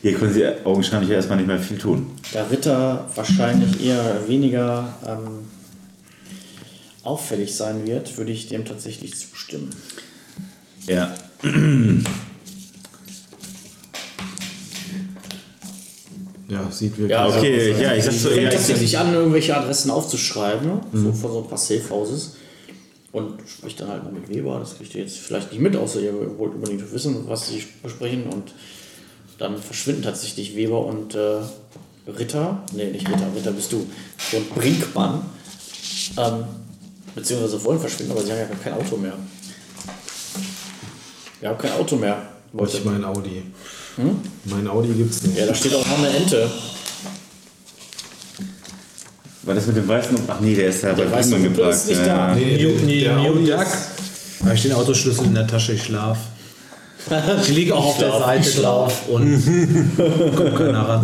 E: Hier können sie augenscheinlich erstmal nicht mehr viel tun.
C: Da Ritter wahrscheinlich eher weniger ähm, auffällig sein wird, würde ich dem tatsächlich zustimmen.
E: Ja.
G: Ja, sieht wirklich
C: Ja,
G: aus.
E: Okay, ja, ich sag
C: Ich
E: so,
C: fängt
E: ja, ich Mhm. sag,
C: tatsächlich an, irgendwelche Adressen aufzuschreiben, ne? so von so ein paar Safe Houses. Und spricht dann halt mal mit Weber, das kriegt ihr jetzt vielleicht nicht mit, außer ihr wollt unbedingt wissen, was sie besprechen. Und dann verschwinden tatsächlich Weber und äh, Ritter, nee, nicht Ritter, Ritter bist du, und Brinkmann, ähm, beziehungsweise wollen verschwinden, aber sie haben ja kein Auto mehr. Wir haben kein Auto mehr.
G: Wollte ich mein Audi. Mein Audi gibt's nicht.
C: Ja, da steht auch noch eine Ente.
E: war das mit dem weißen? Ach nee, der ist da bei
C: Der weiße
E: Brinkmann
C: Kumpel
E: geparkt.
C: ist nicht da.
F: Nee, nee,
G: der
F: New
G: Audi
F: Duck. Habe ich den Autoschlüssel in der Tasche, ich
E: [LAUGHS]
F: schlaf. Ich liege auch auf der
C: schlaf, ich
F: Seite drauf und gucke nachher.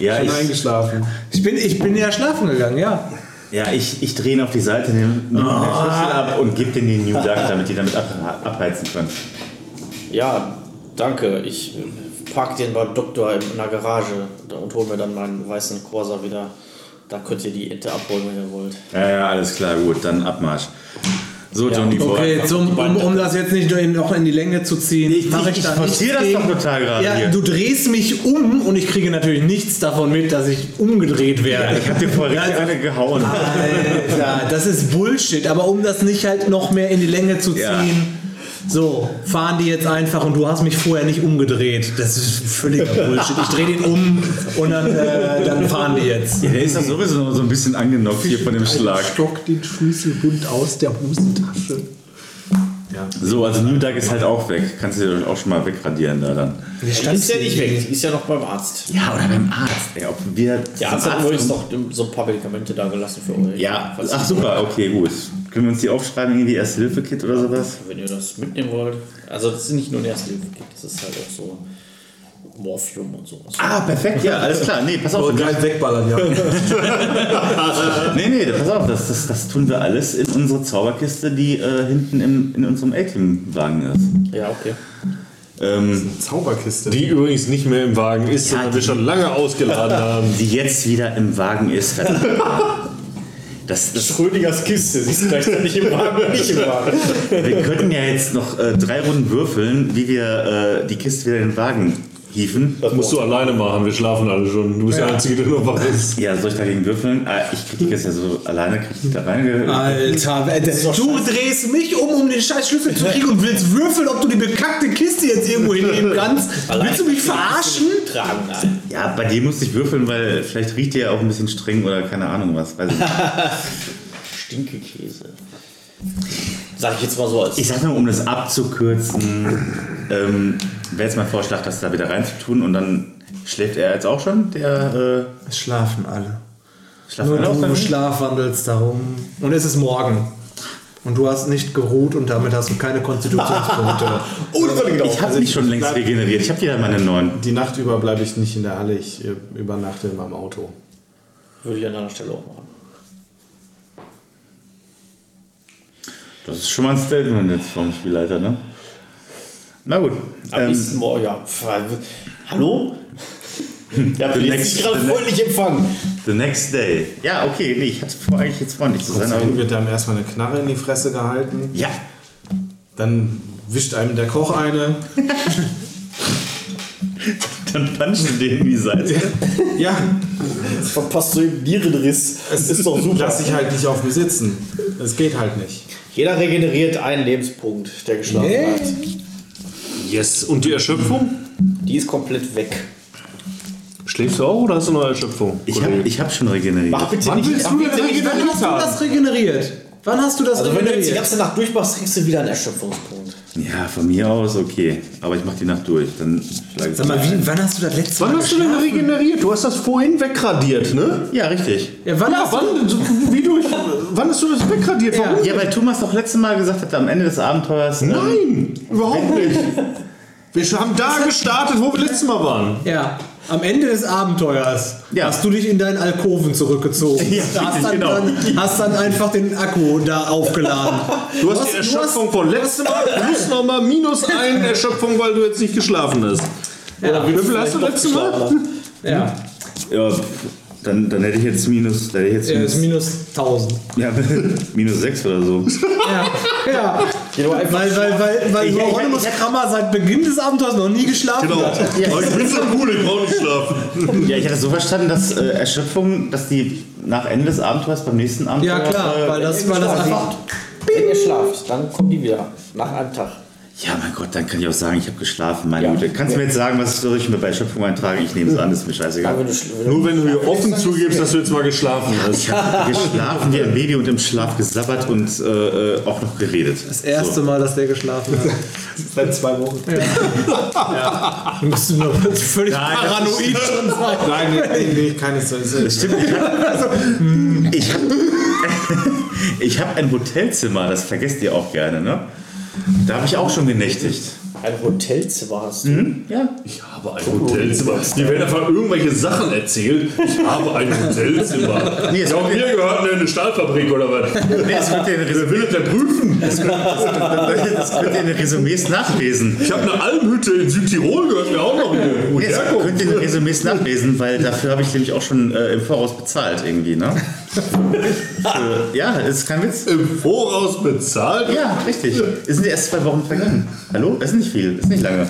E: Ja,
G: Ich bin
E: ich,
G: eingeschlafen.
F: Ich bin, ich bin ja schlafen gegangen, ja.
E: Ja, ich, ich drehe ihn auf die Seite, nehme nehme den Schlüssel ab und gebe den den New Duck, damit die damit ab, abheizen können.
C: Ja, danke. Ich park den beim Doktor in der Garage und hole mir dann meinen weißen Corsa wieder. Da könnt ihr die Ente abholen, wenn ihr wollt.
E: Ja, ja, alles klar, gut, dann Abmarsch. So, also Johnny Boy.
F: Okay, zum, um, um das jetzt nicht in, noch in die Länge zu ziehen, mache ich, da nichts
E: forciere das
F: gegen.
E: doch total gerade
F: Ja,
E: hier.
F: du drehst mich um und ich kriege natürlich nichts davon mit, dass ich umgedreht werde.
E: Ich hab dir vorher richtig
F: Ja, also
E: eine gehauen.
F: Alter, das ist Bullshit. Aber um das nicht halt noch mehr in die Länge zu ziehen,
E: Ja.
F: so, fahren die jetzt einfach und du hast mich vorher nicht umgedreht. Das ist völliger Bullshit. Ich drehe den um und dann, äh, dann fahren die jetzt.
E: Der ist doch sowieso noch so ein bisschen angenockt hier von dem Schlag.
G: Stock den Schlüsselbund aus der Hosentasche.
E: So, also New Duck ist halt auch weg. Kannst du dir auch schon mal wegradieren da dann.
C: Die ist ja nicht weg, die ist ja noch beim Arzt.
E: Ja, oder beim Arzt. Ey, ob wir
C: Der Arzt hat übrigens noch so ein paar Medikamente da gelassen für euch.
E: Ja,
C: Falls-
E: ach super, okay, gut. Können wir uns die aufschreiben, irgendwie Erste-Hilfe-Kit oder sowas?
C: Wenn ihr das mitnehmen wollt. Also das ist nicht nur ein Erste-Hilfe-Kit, das ist halt auch so Morphium und sowas.
E: Ah, perfekt, ja, alles klar. Nee, pass auf.
B: Gleich wegballern, ja.
E: Nee, nee, pass auf, das, das, das tun wir alles in unsere Zauberkiste, die äh, hinten im, in unserem Elkim-Wagen ist.
C: Ja, okay.
E: Ähm,
G: Zauberkiste.
D: Die übrigens nicht mehr im Wagen ist, sondern wir schon lange
C: [LAUGHS]
D: ausgeladen haben.
E: die jetzt wieder im Wagen ist. verdammt. Das, das
C: Schrödingers Kiste, sie ist gleich nicht im Wagen, nicht im Wagen.
E: Wir könnten ja jetzt noch äh, drei Runden würfeln, wie wir äh, die Kiste wieder in den Wagen hieven.
D: Das musst du alleine machen, wir schlafen alle schon. Du bist der Einzige, der noch wach ist.
E: Ja, soll ich dagegen würfeln? Ah, ich krieg die Kiste ja so alleine, krieg ich die da
F: Ah.
E: rein.
F: Alter, äh, du drehst mich um, um den scheiß Schlüssel zu kriegen und willst würfeln, ob du die bekackte Kiste jetzt irgendwo hinnehmen kannst. Willst du mich verarschen?
C: Tragen, nein.
E: Ja, bei dir musste ich würfeln, weil vielleicht riecht der ja auch ein bisschen streng oder keine Ahnung was. Weiß ich, nicht.
C: Stinkekäse. Sag ich jetzt mal so als.
E: ich sag nur, um das abzukürzen, ähm, wäre jetzt mein Vorschlag, das da wieder reinzutun und dann schläft er jetzt auch schon, der äh,
F: Es schlafen alle.
E: schlaft
F: Nur
E: er auch
F: du
E: dann?
F: schlafwandelst darum. Und es ist morgen. Und du hast nicht geruht und damit hast du keine Konstitutionspunkte.
E: Oh, Ich habe mich schon längst regeneriert. Ich habe wieder meine neuen.
G: Die Nacht über bleibe ich nicht in der Halle, ich äh, übernachte in meinem Auto.
C: Würde ich an deiner Stelle auch machen.
E: Das ist schon mal ein Statement jetzt vom Spielleiter, ne? Na gut.
C: Am
E: Ähm,
C: nächsten Morgen, ja. pf, Hallo? Ja,
E: The
C: bin
E: next-
C: jetzt gerade
E: the
C: voll nicht empfangen.
E: the next day. Ja, okay, nee, ich hatte vor eigentlich jetzt freundlich zu sein,
G: Dann
E: aber
G: wird einem erstmal eine Knarre in die Fresse gehalten,
E: ja.
G: dann wischt einem der Koch eine.
E: Dann punchen die in die Seite.
G: Ja,
C: Verpasst du eben Nierenriss. Es ist doch super.
G: lass ich halt nicht auf mir sitzen. Es geht halt nicht.
C: Jeder regeneriert einen Lebenspunkt, der geschlafen hat.
D: Yes. Und die Erschöpfung?
C: Die ist komplett weg.
D: Schläfst du auch oder hast du noch Erschöpfung?
E: Ich habe ich hab schon regeneriert.
C: Mach bitte nicht. Mach bitte nicht.
F: Wann hast du das regeneriert? Wann hast du das
C: Also wenn du jetzt die
F: regeneriert?
C: ganze Nacht durchmachst, kriegst du wieder einen Erschöpfungspunkt.
E: Ja, von mir aus okay. Aber ich mach die Nacht durch. Dann schlage ich
F: wann hast du das letzte
D: Wann hast du denn regeneriert? Du hast das vorhin wegradiert, ne?
E: Ja, richtig.
F: Ja, wann hast du
D: Wann, so, wie du, wann hast du das wegradiert? Warum?
E: Ja, weil Thomas doch letztes Mal gesagt hat, am Ende des Abenteuers. ähm,
D: Nein,
C: [LAUGHS]
D: überhaupt nicht. Wir haben da gestartet, wo wir letztes Mal waren.
F: Ja, am Ende des Abenteuers
E: Ja.
F: hast du dich in deinen Alkoven zurückgezogen.
E: Ja,
F: hast,
E: richtig,
F: dann,
E: genau.
F: dann, hast dann einfach den Akku da aufgeladen.
D: Du hast die Erschöpfung von letztem
E: [LAUGHS]
D: Mal plus nochmal minus einen Erschöpfung, weil du jetzt nicht geschlafen hast.
C: Ja,
D: Wie viel hast du letztes Mal?
F: Ja,
E: Ja, dann, dann hätte ich jetzt minus. Dann hätte ich
F: er ist
E: jetzt
F: minus 1000.
E: minus, ja, [LAUGHS] minus sechs oder so.
F: Ja, ja. weil, weil, weil, weil
E: Ich- Genau. ich-
F: Hieronymus Krammer seit Beginn des Abenteuers noch nie geschlafen
D: Genau.
F: hat.
D: Aber ich bin so cool, ich brauche nicht schlafen.
E: Ja, ich hatte so verstanden, dass äh, Erschöpfung, dass die nach Ende des Abenteuers beim nächsten Abenteuer. äh,
F: Ja, klar, weil das, weil das einfach.
C: Wenn ihr schlaft, dann kommen die wieder. Nach einem Tag.
E: Ja, mein Gott, dann kann ich auch sagen, ich habe geschlafen, meine
C: Ja.
E: Güte. Kannst du mir jetzt sagen, was soll ich mir bei Erschöpfung eintragen? Ich nehme es an, ist mir
C: Aber wenn
E: scheißegal.
C: du schl- wenn du-
D: Nur wenn du hier offen zugibst, dass du jetzt mal geschlafen hast.
E: Ich habe geschlafen wie ein Baby und im Schlaf gesabbert und äh, äh, auch noch geredet.
F: Das erste Mal, dass der geschlafen hat.
G: Seit zwei Wochen.
F: Du musst nur völlig paranoid schon sein.
G: Nein, nee, nee, nee keines.
E: Das stimmt. Ich
D: Also,
E: habe ich hab, [LAUGHS] ich hab ein Hotelzimmer, das vergesst ihr auch gerne, ne? Da habe ich auch schon genächtigt.
C: ein Hotelzimmer hast du.
E: Ja.
D: Ich habe ein Hotelzimmer. Die werden einfach irgendwelche Sachen erzählt. Ich habe ein Hotelzimmer.
E: Nee, es
D: Ja,
E: wird-
D: mir gehört eine Stahlfabrik oder was?
E: Nee, das könnt ihr in
D: Wer
E: Resü-
D: will das denn prüfen?
E: das könnt ihr in den Resümees nachlesen.
D: Ich habe eine Almhütte in Südtirol, gehört mir auch noch eine gute
E: Jetzt könnt ihr
D: Herkunft. [LAUGHS]
E: den Resümees nachlesen, weil dafür habe ich nämlich auch schon äh, im Voraus bezahlt irgendwie, ne? Ja, das ist kein Witz.
D: Im Voraus bezahlt?
E: Ja, richtig. Es sind ja erst zwei Wochen vergangen. Hallo? Das ist nicht viel, das ist nicht lange.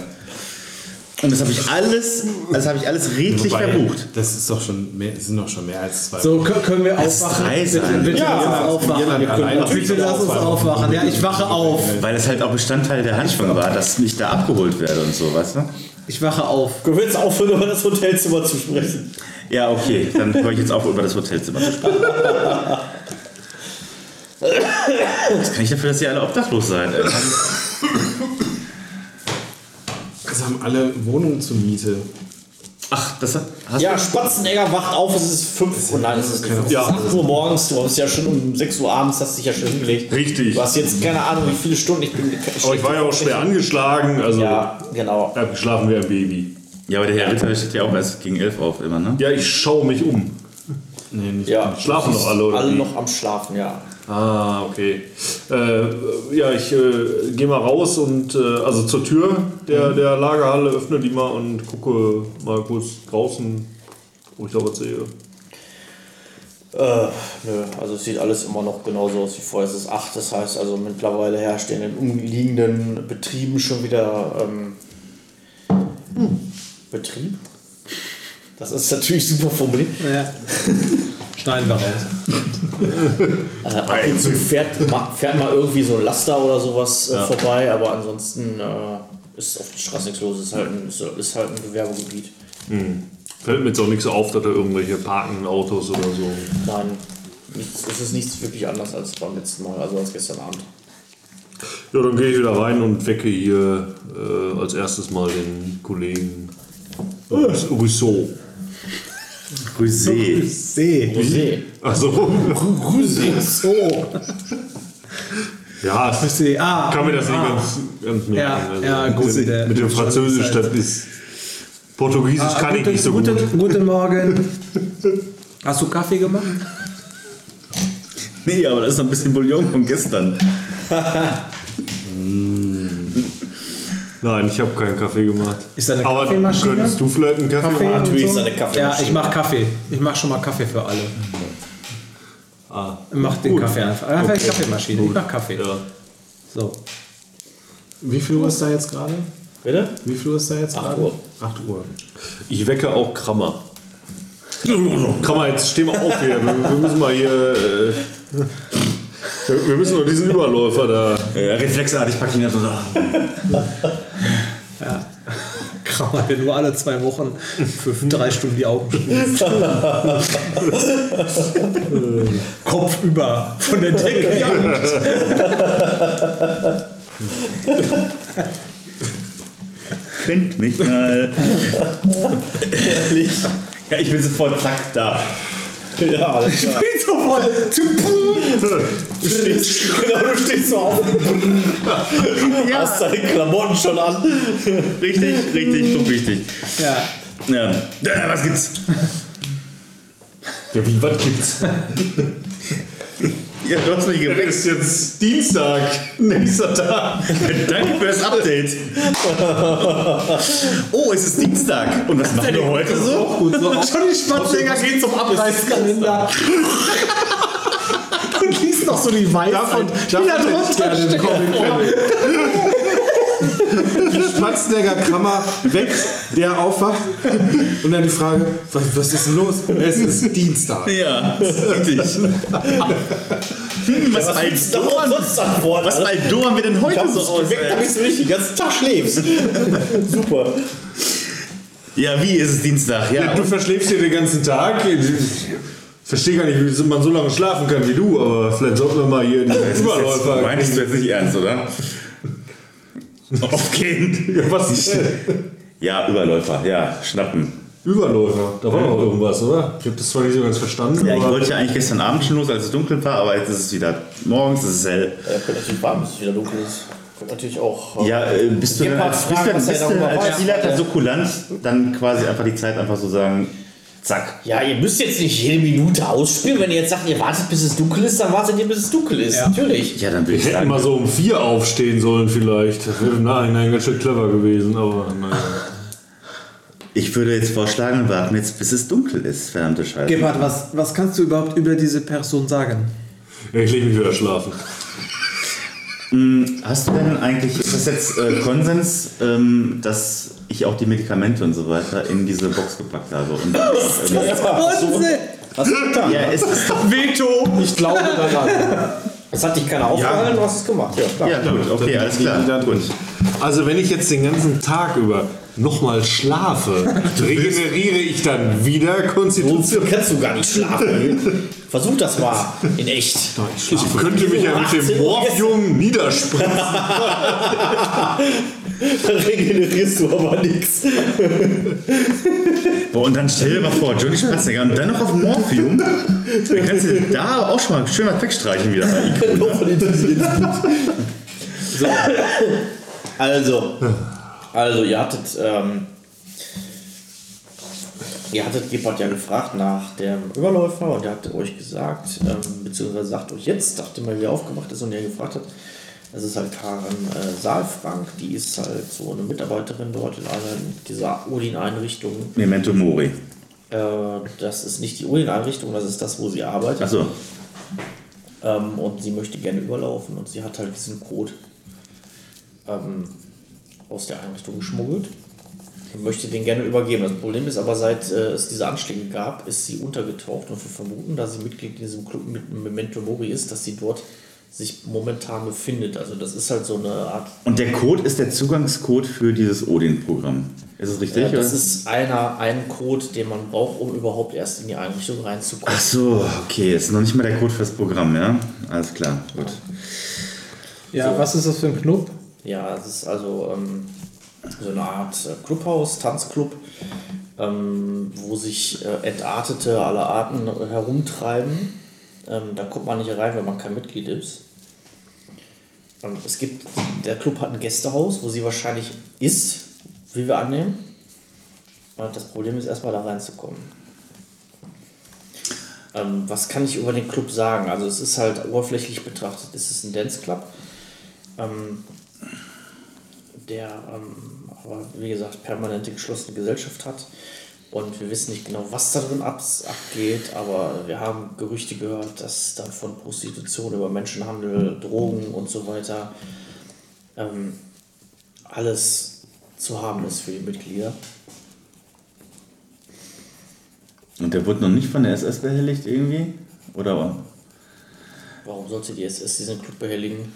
E: Und das habe ich alles, das habe ich alles redlich
G: Wobei,
E: verbucht.
G: Das ist doch schon mehr, sind doch schon mehr als zwei.
F: So, kö- können wir
E: Das
F: aufwachen?
E: reißt
F: Bitte,
E: einen.
F: bitte
E: Ja,
F: lass uns aufwachen.
G: Irland allein.
F: Bitte lass uns aufwachen. Ja, ich wache auf.
E: Weil das halt auch Bestandteil der Handschwung war, dass ich da abgeholt werde und so, weißt du?
F: Ich wache auf.
C: Können wir jetzt aufhören, über [LAUGHS] das Hotelzimmer zu sprechen? [LAUGHS]
E: Ja, okay, dann höre ich jetzt auf, über das Hotelzimmer zu sprechen. Was kann ich dafür, dass ihr alle obdachlos seid? Ey?
G: Es haben alle Wohnungen zur Miete.
E: Ach, das hast
C: Ja, Spatzenegger wacht auf, es ist 5 Uhr, nein, es ist, es ist
D: Ja.
C: 8 Uhr morgens, du hast ja schon um 6 Uhr abends, hast dich ja schon hingelegt.
D: Richtig.
C: Du hast jetzt keine Ahnung, wie viele Stunden ich bin.
D: Aber ich war ja auch schwer angeschlagen, also
C: Ja, genau.
D: ich hab geschlafen wie ein Baby.
E: Ja, aber der Herr Ritter steht ja auch erst gegen elf auf immer, ne?
D: Ja, ich schaue mich um.
C: Ja.
D: Schlafen noch alle, oder?
C: Alle
D: wie?
C: noch am Schlafen, ja.
D: Ah, okay. Äh, ja, ich äh, gehe mal raus und äh, also zur Tür der, der Lagerhalle, öffne die mal und gucke mal kurz draußen, ob ich da was sehe.
C: Äh, nö, also es sieht alles immer noch genauso aus wie vorher. Es ist 8, das heißt also mittlerweile herrscht in den umliegenden Betrieben schon wieder ähm, Betrieb. Das ist natürlich super formuliert.
F: Ja. Schneiden wir raus.
C: Also ab und zu fährt, ma- fährt mal irgendwie so ein Laster oder sowas äh, vorbei, aber ansonsten äh, ist auf der Straße nichts los. Ist halt ein, ist, ist halt ein Gewerbegebiet.
D: Fällt mir jetzt auch nichts auf, dass da irgendwelche parkenden Autos oder so.
C: Nein, nichts, es ist nichts wirklich anders als beim letzten Mal, also als gestern Abend.
D: Ja, dann gehe ich wieder rein und wecke hier äh, als erstes mal den Kollegen Äh, Rousseau.
E: Grüße.
C: Rosé.
D: Also, [LAUGHS] ja, es
F: Grüße. Ah,
D: kann mir das nicht
F: ah.
D: ganz, ganz merken.
F: Ja, ja, gut,
D: mit,
F: der-
D: dem, mit dem Französisch, das ist. Portugiesisch
F: Ah,
D: kann ich
F: guten-
D: nicht so gut.
F: guten, Guten Morgen. Hast du Kaffee gemacht?
E: Nee, aber das ist noch ein bisschen Bouillon von gestern.
D: Nein, ich habe keinen Kaffee gemacht.
F: Ist da eine
D: Aber
F: Kaffeemaschine?
D: könntest du vielleicht einen Kaffee,
F: Kaffee
D: machen?
F: und
C: Natürlich
F: so?
C: ist eine
F: Ja,
C: Kaffeemaschine.
F: ich mache Kaffee. Ich mache schon mal Kaffee für alle.
D: Ah,
F: Mach den Kaffee einfach. Einfach die Kaffeemaschine. Ich mach Kaffee.
D: ja.
F: So.
G: Wie viel Uhr ist da jetzt gerade?
C: Bitte?
G: Wie viel Uhr ist da jetzt
C: Acht
G: gerade?
C: Uhr.
G: 8 Uhr.
D: Ich wecke auch Krammer. Krammer, jetzt stehen wir auf hier. Wir, wir müssen mal hier. Äh, wir, wir müssen nur diesen Überläufer da.
E: Äh, reflexartig packe ich ihn ab und sage,
F: [LAUGHS] Krammer wir nur alle zwei Wochen für drei Stunden die Augen schließt. Kopf über von der Decke.
E: kennt mich mal. Ehrlich? Ja, ich bin sofort zack da.
C: Ja, alles
E: [LAUGHS]
C: klar.
F: Bin so voll.
C: Du stehst, genau, du stehst so auf. ja. Hast deine Klamotten schon an.
E: Richtig, richtig, so wichtig.
F: Ja.
E: Ja. ja, was gibt's?
D: Ja, wie, was gibt's?
E: Ja, du hast mich geweckt.
D: ist jetzt Dienstag, nächster Tag.
E: Danke für das Update. Oh, es ist Dienstag. Und was machen wir heute so?
F: Gut, so Schon die Spaziergänger geht zum Abreißkalender. Und liest noch so die Weisheit,
G: Davon-
F: die
G: davon
F: da drunter
G: hätte ich gerne
F: steckt.
G: Spatzenegger Kammer weg, der aufwacht. Und dann die Frage, was, was ist denn los? Es ist Dienstag.
E: Ja, richtig. Hm, was
C: Was willst du
E: Aldo
C: da sonst an Bord?
E: was
C: Alter?
E: Aldo haben wir denn
C: Ich
E: heute
C: hab
E: so
C: dich
E: aus?
C: geweckt,
E: ey?
C: damit du nicht den ganzen Tag
E: [LAUGHS]
C: schläfst. Super.
E: Ja, wie ist es Dienstag? Ja,
D: Du verschläfst hier den ganzen Tag. Ich verstehe gar nicht, wie man so lange schlafen kann wie du, aber vielleicht sollten wir mal hier den Überläufer.
E: Meinst du jetzt nicht ernst, [LAUGHS] oder? Aufgehen.
D: Ja, was ist denn?
E: Ja, Überläufer, ja, schnappen.
D: Überläufer, da war doch irgendwas, oder? Ich habe das zwar nicht so ganz verstanden,
E: Ja, ich
D: aber
E: wollte ja eigentlich gestern Abend schon los, als es dunkel war, aber jetzt ist es wieder morgens, es ist hell.
C: Ja, könnte natürlich warm, bis es wieder dunkel ist. Könnte natürlich auch. äh,
E: Ja, äh, bist du
C: Gib
E: denn
C: mal
E: als, bist
C: Fragen,
E: du,
C: was er
E: bist du
C: darüber weiß.
E: als Spielleiter
C: Ja.
E: so kulant, dann quasi einfach die Zeit einfach so sagen, zack.
C: Ja, ihr müsst jetzt nicht jede Minute ausspielen. Wenn ihr jetzt sagt, ihr wartet, bis es dunkel ist, dann wartet ihr, bis es dunkel ist. Natürlich.
E: Ja, dann will ich
C: [LAUGHS]
D: wir hätten
E: sagen,
D: mal so um vier aufstehen sollen vielleicht. Das wäre im Nachhinein ganz schön clever gewesen, aber naja.
E: Ich würde jetzt vorschlagen, wir warten jetzt, bis es dunkel ist, verdammte Scheiße.
F: Gebhard, was, was kannst du überhaupt über diese Person sagen?
D: Ich lege mich wieder schlafen.
E: Hast du denn eigentlich, ist das jetzt äh, Konsens, ähm, dass ich auch die Medikamente und so weiter in diese Box gepackt habe?
C: [LAUGHS]
E: Und, ähm,
F: Ah,
C: Hast du getan?
E: ja, es
C: [LAUGHS]
E: ist doch.
F: Veto!
G: Ich glaube
E: [LAUGHS]
G: daran.
C: Es hat dich keiner aufgehalten, du hast es gemacht. Ja, klar.
E: Ja, gut, okay, alles klar. Gut.
D: Also wenn ich jetzt den ganzen Tag über nochmal
E: [LAUGHS]
D: schlafe, regeneriere ich dann wieder
C: So
D: Konstitution.
C: kannst du gar nicht
E: [LAUGHS]
C: schlafen. Versuch das mal. In echt.
D: Ich könnte mich ja mit dem Morphium niedersprechen.
C: [LAUGHS] Dann regenerierst du aber nichts.
E: Boah, und dann stell dir mal vor, Johnny Spatziger und dann noch auf Morphium. Dann kannst du da auch schon mal schön was wegstreichen wieder.
C: [LAUGHS] Also, also ihr hattet, ähm, ihr hattet Gebhardt ja gefragt nach dem Überläufer und er hatte euch gesagt, ähm, beziehungsweise sagt euch jetzt, nachdem er wieder aufgewacht ist und ihr gefragt hat, das ist halt Karen äh, Saalfrank, die ist halt so eine Mitarbeiterin dort in einer dieser Odin-Einrichtung.
E: Memento Mori.
C: Äh, das ist nicht die Odin-Einrichtung, das ist das, wo sie arbeitet.
E: Achso,
C: Ähm, und sie möchte gerne überlaufen und sie hat halt diesen Code ähm, aus der Einrichtung geschmuggelt und möchte den gerne übergeben. Das Problem ist aber, seit äh, es diese Anschläge gab, ist sie untergetaucht und wir vermuten, da sie Mitglied in diesem Club mit Memento Mori ist, dass sie dort sich momentan befindet. Also das ist halt so eine Art
E: Und der Code ist der Zugangscode für dieses Odin-Programm. Ist es richtig?
C: Ja, das
E: oder?
C: ist einer, ein Code, den man braucht, um überhaupt erst in die Einrichtung reinzukommen.
E: Ach so, okay, ist noch nicht mal der Code fürs Programm, ja? Alles klar, gut.
F: Ja, was ist das für ein Knopf?
C: Ja, es ist also ähm, so eine Art äh, Clubhaus, Tanzclub, ähm, wo sich äh, Entartete aller Arten herumtreiben. Ähm, da kommt man nicht rein, wenn man kein Mitglied ist. Ähm, es gibt, der Club hat ein Gästehaus, wo sie wahrscheinlich ist, wie wir annehmen. Und das Problem ist erstmal da reinzukommen. Ähm, was kann ich über den Club sagen? Also es ist halt oberflächlich betrachtet, ist es ein Dance Club. Ähm, der ähm, aber wie gesagt permanente geschlossene Gesellschaft hat. Und wir wissen nicht genau, was da drin abs- abgeht, aber wir haben Gerüchte gehört, dass da von Prostitution über Menschenhandel, Drogen und so weiter ähm, alles zu haben ist für die Mitglieder.
E: Und der wurde noch nicht von der SS behelligt irgendwie? Oder?
C: Warum sollte die SS diesen Club behelligen?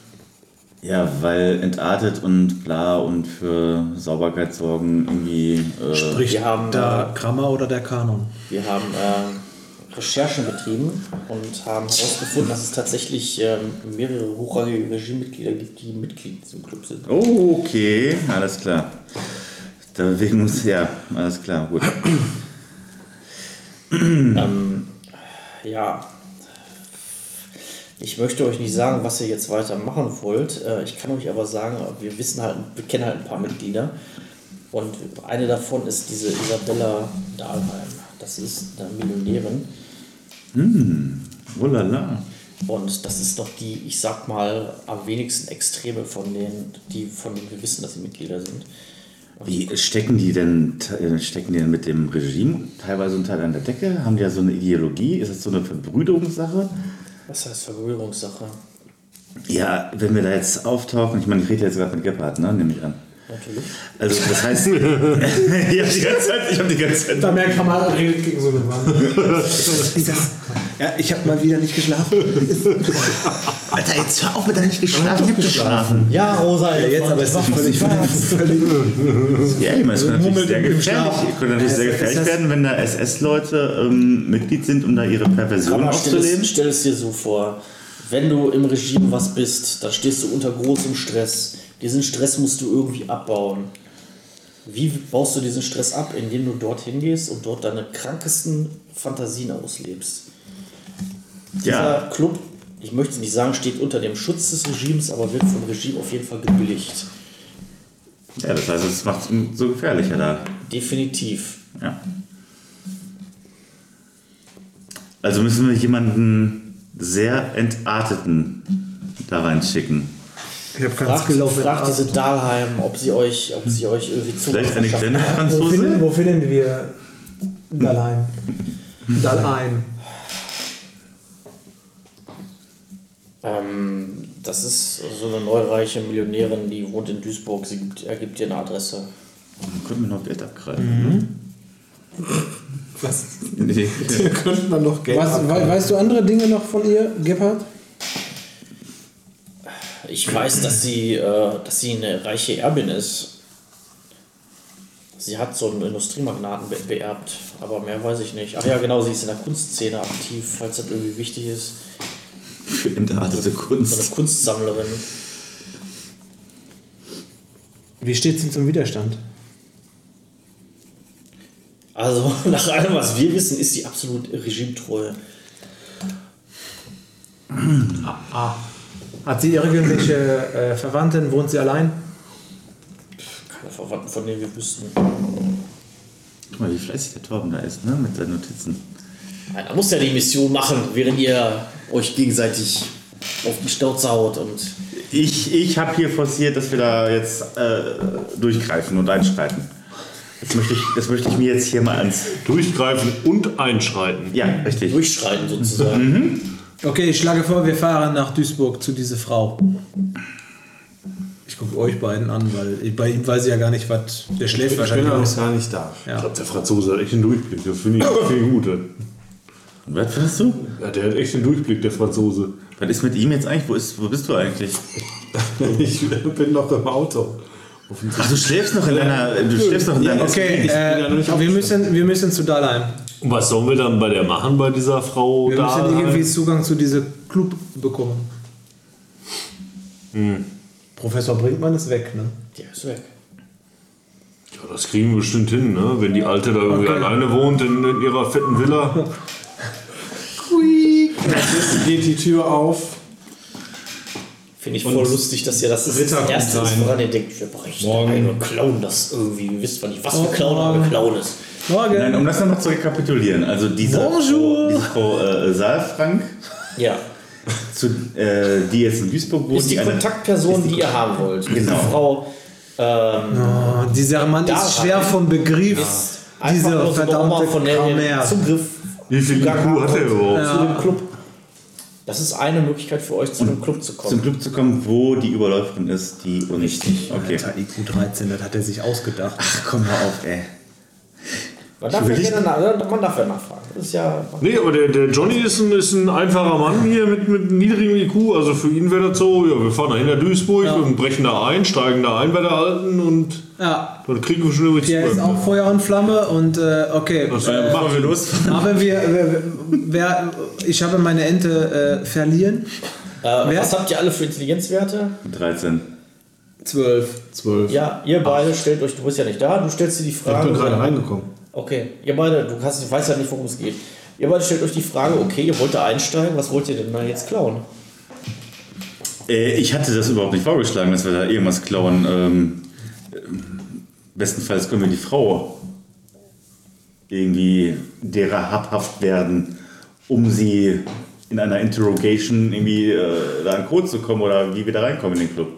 E: Ja, weil entartet und bla und für Sauberkeit sorgen irgendwie. Äh,
F: Spricht
C: Wir haben,
F: der Grammer oder der Kanon?
C: Wir haben äh, Recherchen betrieben und haben herausgefunden, dass es tatsächlich ähm, mehrere hochrangige Regimemitglieder gibt, die Mitglied in diesem Club sind.
E: oh, okay, alles klar. Da bewegen uns, ja, alles klar, gut.
C: Ähm, Ja. Ich möchte euch nicht sagen, was ihr jetzt weiter machen wollt. Äh, Ich kann euch aber sagen, wir wissen halt, wir kennen halt ein paar Mitglieder. Und eine davon ist diese Isabella Dahlheim. Das ist eine Millionärin.
E: Oh la la.
C: Und das ist doch die, ich sag mal, am wenigsten Extreme von denen, die, von denen wir wissen, dass sie Mitglieder sind.
E: Wie stecken die denn äh, stecken die denn mit dem Regime teilweise unter einer Decke? Haben die ja so eine Ideologie? Ist das so eine Verbrüderungssache?
C: Was heißt Verbrüderungssache?
E: Ja, wenn wir da jetzt auftauchen, ich meine, ich rede jetzt gerade mit Gebhardt, ne? Nehme ich an.
C: Natürlich.
E: Also das heißt, [LAUGHS] ich habe die ganze Zeit, ich habe die ganze Zeit.
F: Da merkt man mal, redet gegen so eine Wand. Ist das? [LAUGHS] Ja, ich habe mal wieder nicht geschlafen.
E: [LAUGHS] Alter, jetzt hör auf mit deinem nicht geschlafen, ich hab geschlafen.
C: Ja, [LAUGHS] Rosa,
F: Ja, jetzt aber ist es völlig, völlig
E: Ja, ich meine, es könnte natürlich
F: Murmeln
E: sehr
F: im
E: gefährlich,
F: Schlaf.
E: könnte natürlich sehr
F: Ist
E: gefährlich
F: das-
E: werden, wenn da SS-Leute ähm, Mitglied sind, um da ihre Perversion
C: Aber stell es,
E: auszuleben.
C: stell es dir so vor, wenn du im Regime was bist, dann stehst du unter großem Stress. Diesen Stress musst du irgendwie abbauen. Wie baust du diesen Stress ab, indem du dorthin gehst und dort deine krankesten Fantasien auslebst?
E: Ja,
C: Dieser Club, ich möchte nicht sagen, steht unter dem Schutz des Regimes, aber wird vom Regime auf jeden Fall gebilligt.
E: ja, das heißt, es macht es so gefährlicher da.
C: Definitiv.
E: Ja. Also müssen wir jemanden sehr entarteten da reinschicken.
F: Ich habe ganz
C: Fragt,
F: gelaufen. Also,
C: fragt diese Dahlheim, ob sie euch, ob sie euch irgendwie zu.
E: Vielleicht eine kleine
F: Wo
E: Franzose?
F: finden, wo finden wir Dalheim? Dalheim.
C: Ähm, das ist so eine neureiche Millionärin, die wohnt in Duisburg. Sie gibt, er gibt ihr eine Adresse.
E: Dann Können wir noch Geld abgreifen?
F: Was?
E: [LAUGHS] Nee.
G: Könnte man noch Geld
I: Was,
G: abgreifen.
I: we weißt du andere Dinge noch von ihr, Gebhardt?
C: Ich weiß, dass sie, äh, dass sie eine reiche Erbin ist. Sie hat so einen Industriemagnaten be beerbt, aber mehr weiß ich nicht. Ach ja, genau, sie ist in der Kunstszene aktiv, falls das irgendwie wichtig ist.
E: Für entartete
C: So eine
E: Kunst.
C: Kunstsammlerin.
I: Wie steht sie zum Widerstand?
C: Also [LAUGHS] nach allem, was wir wissen, ist sie absolut regimetreu.
F: Ah. Hat sie irgendwelche äh, Verwandten? Wohnt sie allein?
C: Keine Verwandten, von denen wir wüssten.
E: Guck mal, wie fleißig der Torben da ist, ne? Mit seinen Notizen.
C: Einer muss ja die Mission machen, während ihr euch gegenseitig auf die Schnauze haut und
E: Ich, ich habe hier forciert, dass wir da jetzt äh, durchgreifen und einschreiten. Das möchte, ich, das möchte ich mir jetzt hier mal ans.
D: Durchgreifen und einschreiten.
E: Ja,
C: [LAUGHS]
E: richtig.
C: durchschreiten sozusagen.
F: Okay, ich schlage vor, wir fahren nach Duisburg zu dieser Frau. Ich gucke euch beiden an, weil ich- bei ihm weiß ich ja gar nicht, was. Der schläft
G: Ich bin
F: wahrscheinlich.
G: auch
F: noch.
G: gar nicht da.
D: Ich glaube, der Franzose hat echt einen Durchblick. Das finde ich, find ich gut.
E: Und was findest du?
D: Ja, der hat echt einen Durchblick, der Franzose.
E: Was ist mit ihm jetzt eigentlich? Wo, ist, wo bist du eigentlich?
G: Ich bin noch im Auto.
E: Ach, du schläfst noch in deiner. Du schläfst noch in deiner.
F: Okay, äh, wir, müssen, wir müssen zu Dalheim.
D: Und was sollen wir dann bei der machen, bei dieser Frau
F: Wir
D: da?
F: müssen irgendwie Zugang zu diesem Club bekommen.
G: Hm.
F: Professor Brinkmann ist weg, ne?
C: Der ist weg.
D: ja, das kriegen wir bestimmt hin, ne? Wenn die Alte da irgendwie
F: Okay.
D: alleine wohnt in, in ihrer fetten Villa.
G: Jetzt geht die Tür auf.
C: Finde ich voll lustig, dass ihr das, das ist das Erste ist, woran ihr denkt, wir brechen ein und klauen das irgendwie. Ihr wisst zwar nicht, was wir klauen, aber wir klauen es.
E: Nein, um das nochmal zu rekapitulieren. Also diese Frau, diese Frau äh, Saalfrank,
C: Ja.
E: zu, äh, die jetzt in Duisburg wohnt.
C: Ist die
E: eine-
C: Kontaktperson, die ihr haben wollt. Diese Frau ähm,
F: Oh, dieser Mann ist
C: Dalheim
F: schwer vom Begriff.
C: ist
F: Diese
C: einfach nur so eine Oma,
F: verdammte
C: von der ihr
F: Kammer.
C: Zugriff
D: Wie viel IQ hat der überhaupt?
C: zu dem Club. Das ist eine Möglichkeit für euch, zu dem Club zu
E: zum
C: kommen.
E: Club zu kommen, wo die Überläuferin ist, die und
F: Richtig.
E: Okay.
F: Alter, IQ 13, das hat er sich ausgedacht.
E: Ach, komm mal auf, ey.
C: Man darf, ja gerne nach, man darf ja nachfragen. Das ist ja.
D: Nee, aber der, der Johnny ist ein, ist ein einfacher Mann hier mit, mit niedrigem IQ. Also für ihn wäre das so, ja, wir fahren da hinter Duisburg und brechen da ein, steigen da ein bei der Alten und
F: Ja,
D: dann kriegen wir schon irgendwie
F: der ist auch Feuer und Flamme und äh, okay.
D: Also, machen wir los.
F: Aber wir, wer, wer, ich habe meine Ente äh, verlieren.
C: Äh,
F: Wer-
C: was habt ihr alle für Intelligenzwerte?
E: 13.
F: 12.
G: 12.
C: Ja, ihr beide stellt euch, du bist ja nicht da, du stellst dir die
G: Ich bin
C: Frage.
G: gerade reingekommen.
C: Okay, ihr beide, du kannst, ich weiß ja nicht, worum es geht. Ihr beide stellt euch die Frage, okay, ihr wollt da einsteigen, was wollt ihr denn da jetzt klauen?
E: Äh, ich hatte das überhaupt nicht vorgeschlagen, dass wir da irgendwas klauen. Ähm, ähm, bestenfalls können wir die Frau irgendwie derer habhaft werden, um sie in einer Interrogation irgendwie äh, da an Code zu kommen oder wie wir da reinkommen in den Club.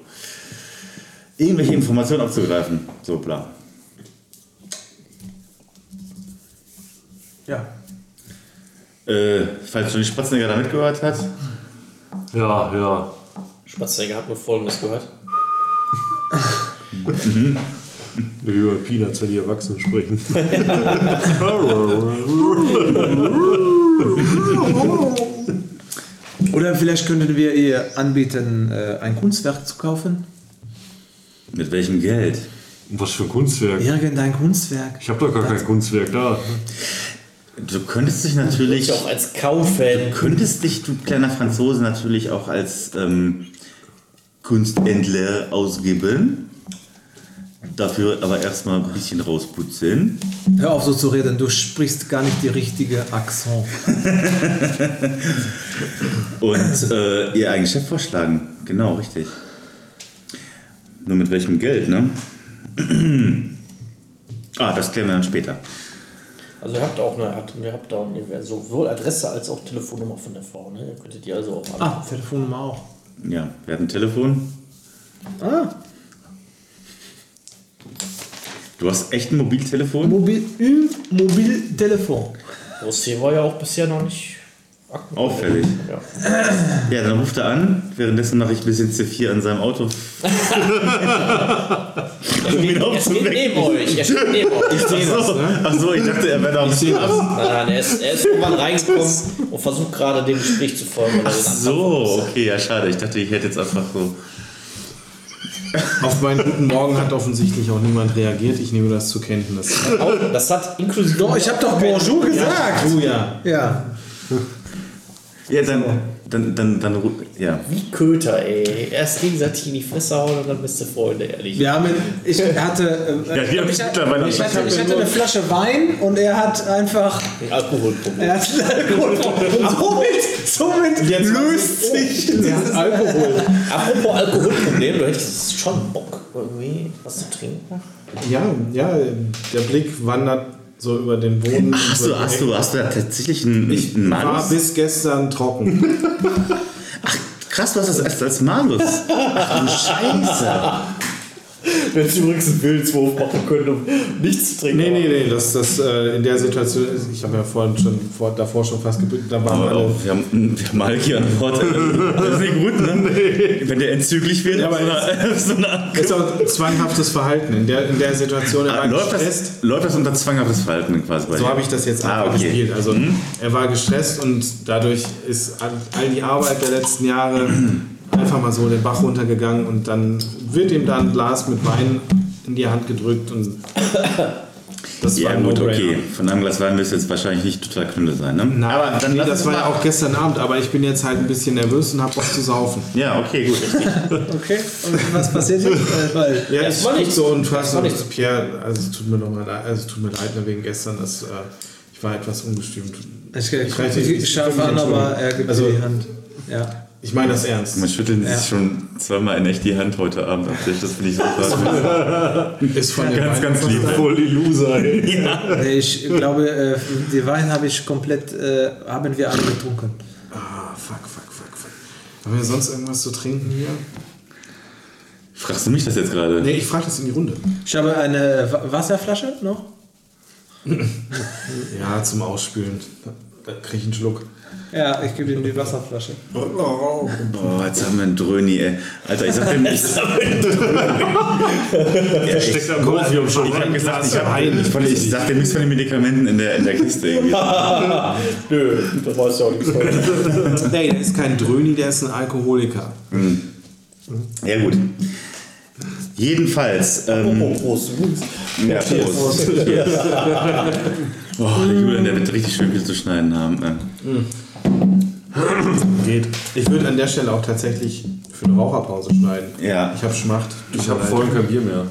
E: Irgendwelche Informationen abzugreifen. So, bla.
F: Ja.
E: Äh, falls schon die Spatzenegger da mitgehört hat.
D: Ja, ja.
C: Spaziergänger hat nur Folgendes gehört.
D: Über Peanuts, wenn die Erwachsenen sprechen. [LAUGHS]
F: Oder vielleicht könnten wir ihr anbieten, äh, ein Kunstwerk zu kaufen.
E: Mit welchem Geld?
D: Was für ein Kunstwerk.
F: Irgendein Kunstwerk.
D: Ich habe doch gar kein Kunstwerk da.
E: Du könntest dich natürlich.
C: Ich auch als Kauffan.
E: Du könntest dich, du kleiner Franzose, natürlich auch als ähm, Kunsthändler ausgeben. Dafür aber erstmal ein bisschen rausputzen.
F: Hör auf so zu reden, du sprichst gar nicht die richtige Akzent.
E: Und äh, ihr eigenes Geschäft vorschlagen. Genau, richtig. Nur mit welchem Geld, ne? [CLEARS THROAT] ah, das klären wir dann später.
C: Also ihr habt auch eine, Ad- ihr habt da eine- also sowohl Adresse als auch Telefonnummer von der Frau, ne? Ihr könntet die also auch
F: Ah, Telefonnummer auch.
E: Ja, wir hatten ein Telefon. Du hast echt ein Mobiltelefon?
F: Mobil, Ü, Mobiltelefon.
C: Rosé war ja auch bisher noch nicht.
E: Auffällig.
C: Ja.
E: Ja, dann ruft er an. Währenddessen mache ich ein bisschen C4 an
A: [LAUGHS]
E: seinem Auto. um ihn
C: Er steht
E: aufzuwecken.
C: neben euch. Er steht neben euch. Ich sehe das.
E: Achso, ich dachte, er wäre da am Schlafen.
C: Nein, nein, er ist, er ist irgendwann reingekommen und versucht gerade dem Gespräch zu folgen.
E: Ach so, okay, ja, schade. Ich dachte, ich hätte jetzt einfach so.
A: Auf meinen guten Morgen hat offensichtlich auch niemand reagiert. Ich nehme das zur Kenntnis.
C: Auch, das hat inklusive.
F: Doch, ich habe doch Bonjour gesagt.
A: Du ja.
F: Ja.
E: Ja, dann. Dann, dann, dann, ru- ja.
C: Wie Köter, ey. Erst gegenseitig in die Fresse hauen und dann bist du Freunde, ehrlich.
F: Wir haben, ich hatte, äh,
E: Ja, wir haben
F: ich, hatte,
E: mittlerweile-
F: ich, hatte, ich hatte eine Flasche Wein und er hat einfach,
C: Ein Alkoholproblem.
F: er hat
A: [LAUGHS]
F: Alkohol. somit, somit löst sich
C: Apropos Alkoholproblem, du hättest schon Bock, irgendwie was zu trinken.
A: Ja, ja, der Blick wandert so über den Boden.
E: Ach so, hast du, hast du da tatsächlich einen, einen
A: War
E: Malus?
A: bis gestern trocken.
E: Krass, du hast das erst als Malus. Ach
A: [LAUGHS]
E: du Scheiße.
C: Wir hätten übrigens einen Willenswurf machen können, um nichts zu
A: [LAUGHS]
C: trinken.
A: nee, nee, nee, das, das äh, in der Situation, ist- ich habe ja vorhin schon, vor, davor schon fast gebückt, da waren
E: Aber
A: alle.
E: auch, wir haben, wir haben Malki an Bord. Das ist nicht
A: [LAUGHS]
E: gut, ne? Wenn der entzüglich wird,
A: Ja,
E: auf so
A: aber
E: einer, [LAUGHS] auf so einer
A: Ist auch zwanghaftes Verhalten in der, in der Situation. Er
E: Ah,
A: war
E: läuft,
A: gestresst.
E: das, läuft das unter zwanghaftes Verhalten quasi bei
A: So
E: dir?
A: habe ich das jetzt
E: Ah,
A: einfach
E: okay.
A: gespielt. Also er war gestresst und dadurch ist all all die Arbeit der letzten Jahre einfach mal so den Bach runtergegangen und dann wird ihm da ein Glas mit Wein in die Hand gedrückt und das war
E: Ja
A: ein
E: gut,
A: No-Brainer.
E: okay. Von einem Glas Wein wirst du jetzt wahrscheinlich nicht total Knülle sein, ne?
A: Na,
E: aber dann
A: nee,
E: lass
A: das
E: uns
A: war ja
E: mal-
A: auch gestern Abend, aber ich bin jetzt halt ein bisschen nervös und hab Bock zu saufen.
E: Ja, okay, gut.
A: [LAUGHS]
F: Okay, und was passiert jetzt? Äh, Weil,
A: Ja,
C: das
A: ich
C: war
A: guck
C: nichts.
A: so und frage
C: war
A: so,
C: nichts.
A: Pierre, also es tut mir noch mal leid, also es tut mir leid ne, wegen gestern, das, äh, ich war etwas ungestümt.
F: ich, ich,
A: weiß
F: ich,
A: nicht,
F: ich,
A: kann mich
F: scharfe an, aber
A: entschuldigen.
F: er gibt
A: also,
F: mir die Hand. Ja.
A: Ich meine das ernst.
E: Man schüttelt sich schon zweimal in echt die Hand heute Abend. ab. Das finde ich so krass.
A: Ist von den
E: [LAUGHS] ganz,
A: beiden
E: ganz lieb.
J: Voll die Loser, ey.
F: Nee, ich glaube, äh, den Wein habe ich komplett, äh, haben wir alle getrunken.
A: Ah, fuck, fuck, fuck, fuck. Haben wir sonst irgendwas zu trinken hier?
E: Fragst du mich das jetzt gerade?
A: Nee, ich frage das in die Runde.
F: Ich habe eine Wa- Wasserflasche noch.
A: Ja, zum Ausspülen. Da krieg ich einen Schluck.
F: Ja, ich gebe ihm die Wasserflasche.
E: Boah, jetzt haben wir einen Dröni, ey. Alter, ich sag dir nicht.
J: Steckt am Morphium schon
E: Ich hab
J: rein.
E: gesagt, ich, hab, ich, ich sag dir nichts von den Medikamenten in der, in der Kiste
A: [LAUGHS]
E: irgendwie.
C: Nö, das weißt du auch nicht.
F: [LAUGHS]
A: Nee, der ist kein Dröni, der ist ein Alkoholiker.
E: Ja, gut. Jedenfalls. Ähm,
C: Oh, Prost.
E: ja, Prost.
C: [LAUGHS]
E: Boah, der Julian, der wird richtig schön viel zu schneiden haben. ähm. ey.
A: Geht. Ich würde an der Stelle auch tatsächlich für eine Raucherpause schneiden.
E: Ja.
A: Ich habe Schmacht.
J: Ich hab voll kein Bier mehr.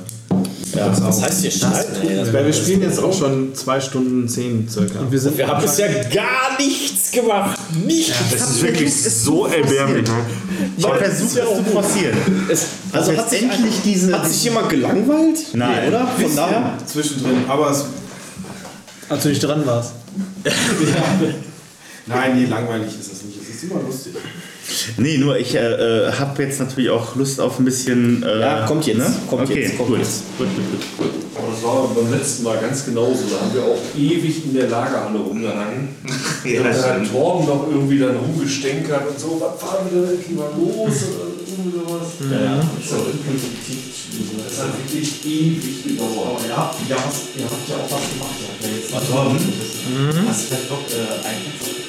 C: Ja, das heißt, ihr schneiden, ey. Also,
A: Weil wir spielen jetzt auch schon zwei Stunden zehn circa. Und wir sind
C: Wir haben bisher gar nichts gemacht. Nichts.
J: Das ist wirklich so erbärmlich.
E: Ich habe versucht, das zu forcieren.
C: Es-
E: Also
C: hat sich
E: letztendlich
C: ein-
E: diese-
C: Hat sich jemand gelangweilt?
E: Nein.
C: Nee, oder? Von daher?
A: zwischendrin. Aber es.
F: Als du nicht Also dran warst.
A: Nein, nee, langweilig ist es nicht. Es ist immer lustig.
E: Nee, nur ich äh, äh, habe jetzt natürlich auch Lust auf ein bisschen. Äh,
C: Ja, kommt jetzt, kommt
E: okay,
C: jetzt, kommt
E: gut.
C: jetzt.
E: Gut, gut, gut, gut.
J: Aber das war beim letzten Mal ganz genauso. Da haben wir auch ewig in der Lagerhalle rumgehangen.
E: Ja,
J: da
E: das
J: hat
E: stimmt.
J: halt Torben noch irgendwie dann rumgestänkert und so. Was fahren wir denn endlich mal los? Oder irgendwie sowas. Ja, ja. Das ist halt wirklich- das hat wirklich ewig gedauert.
K: Ihr habt, ihr, habt, ihr habt ja auch was gemacht. Ihr habt ja jetzt
E: Torben?
K: Hast du vielleicht doch äh, Einkaufs-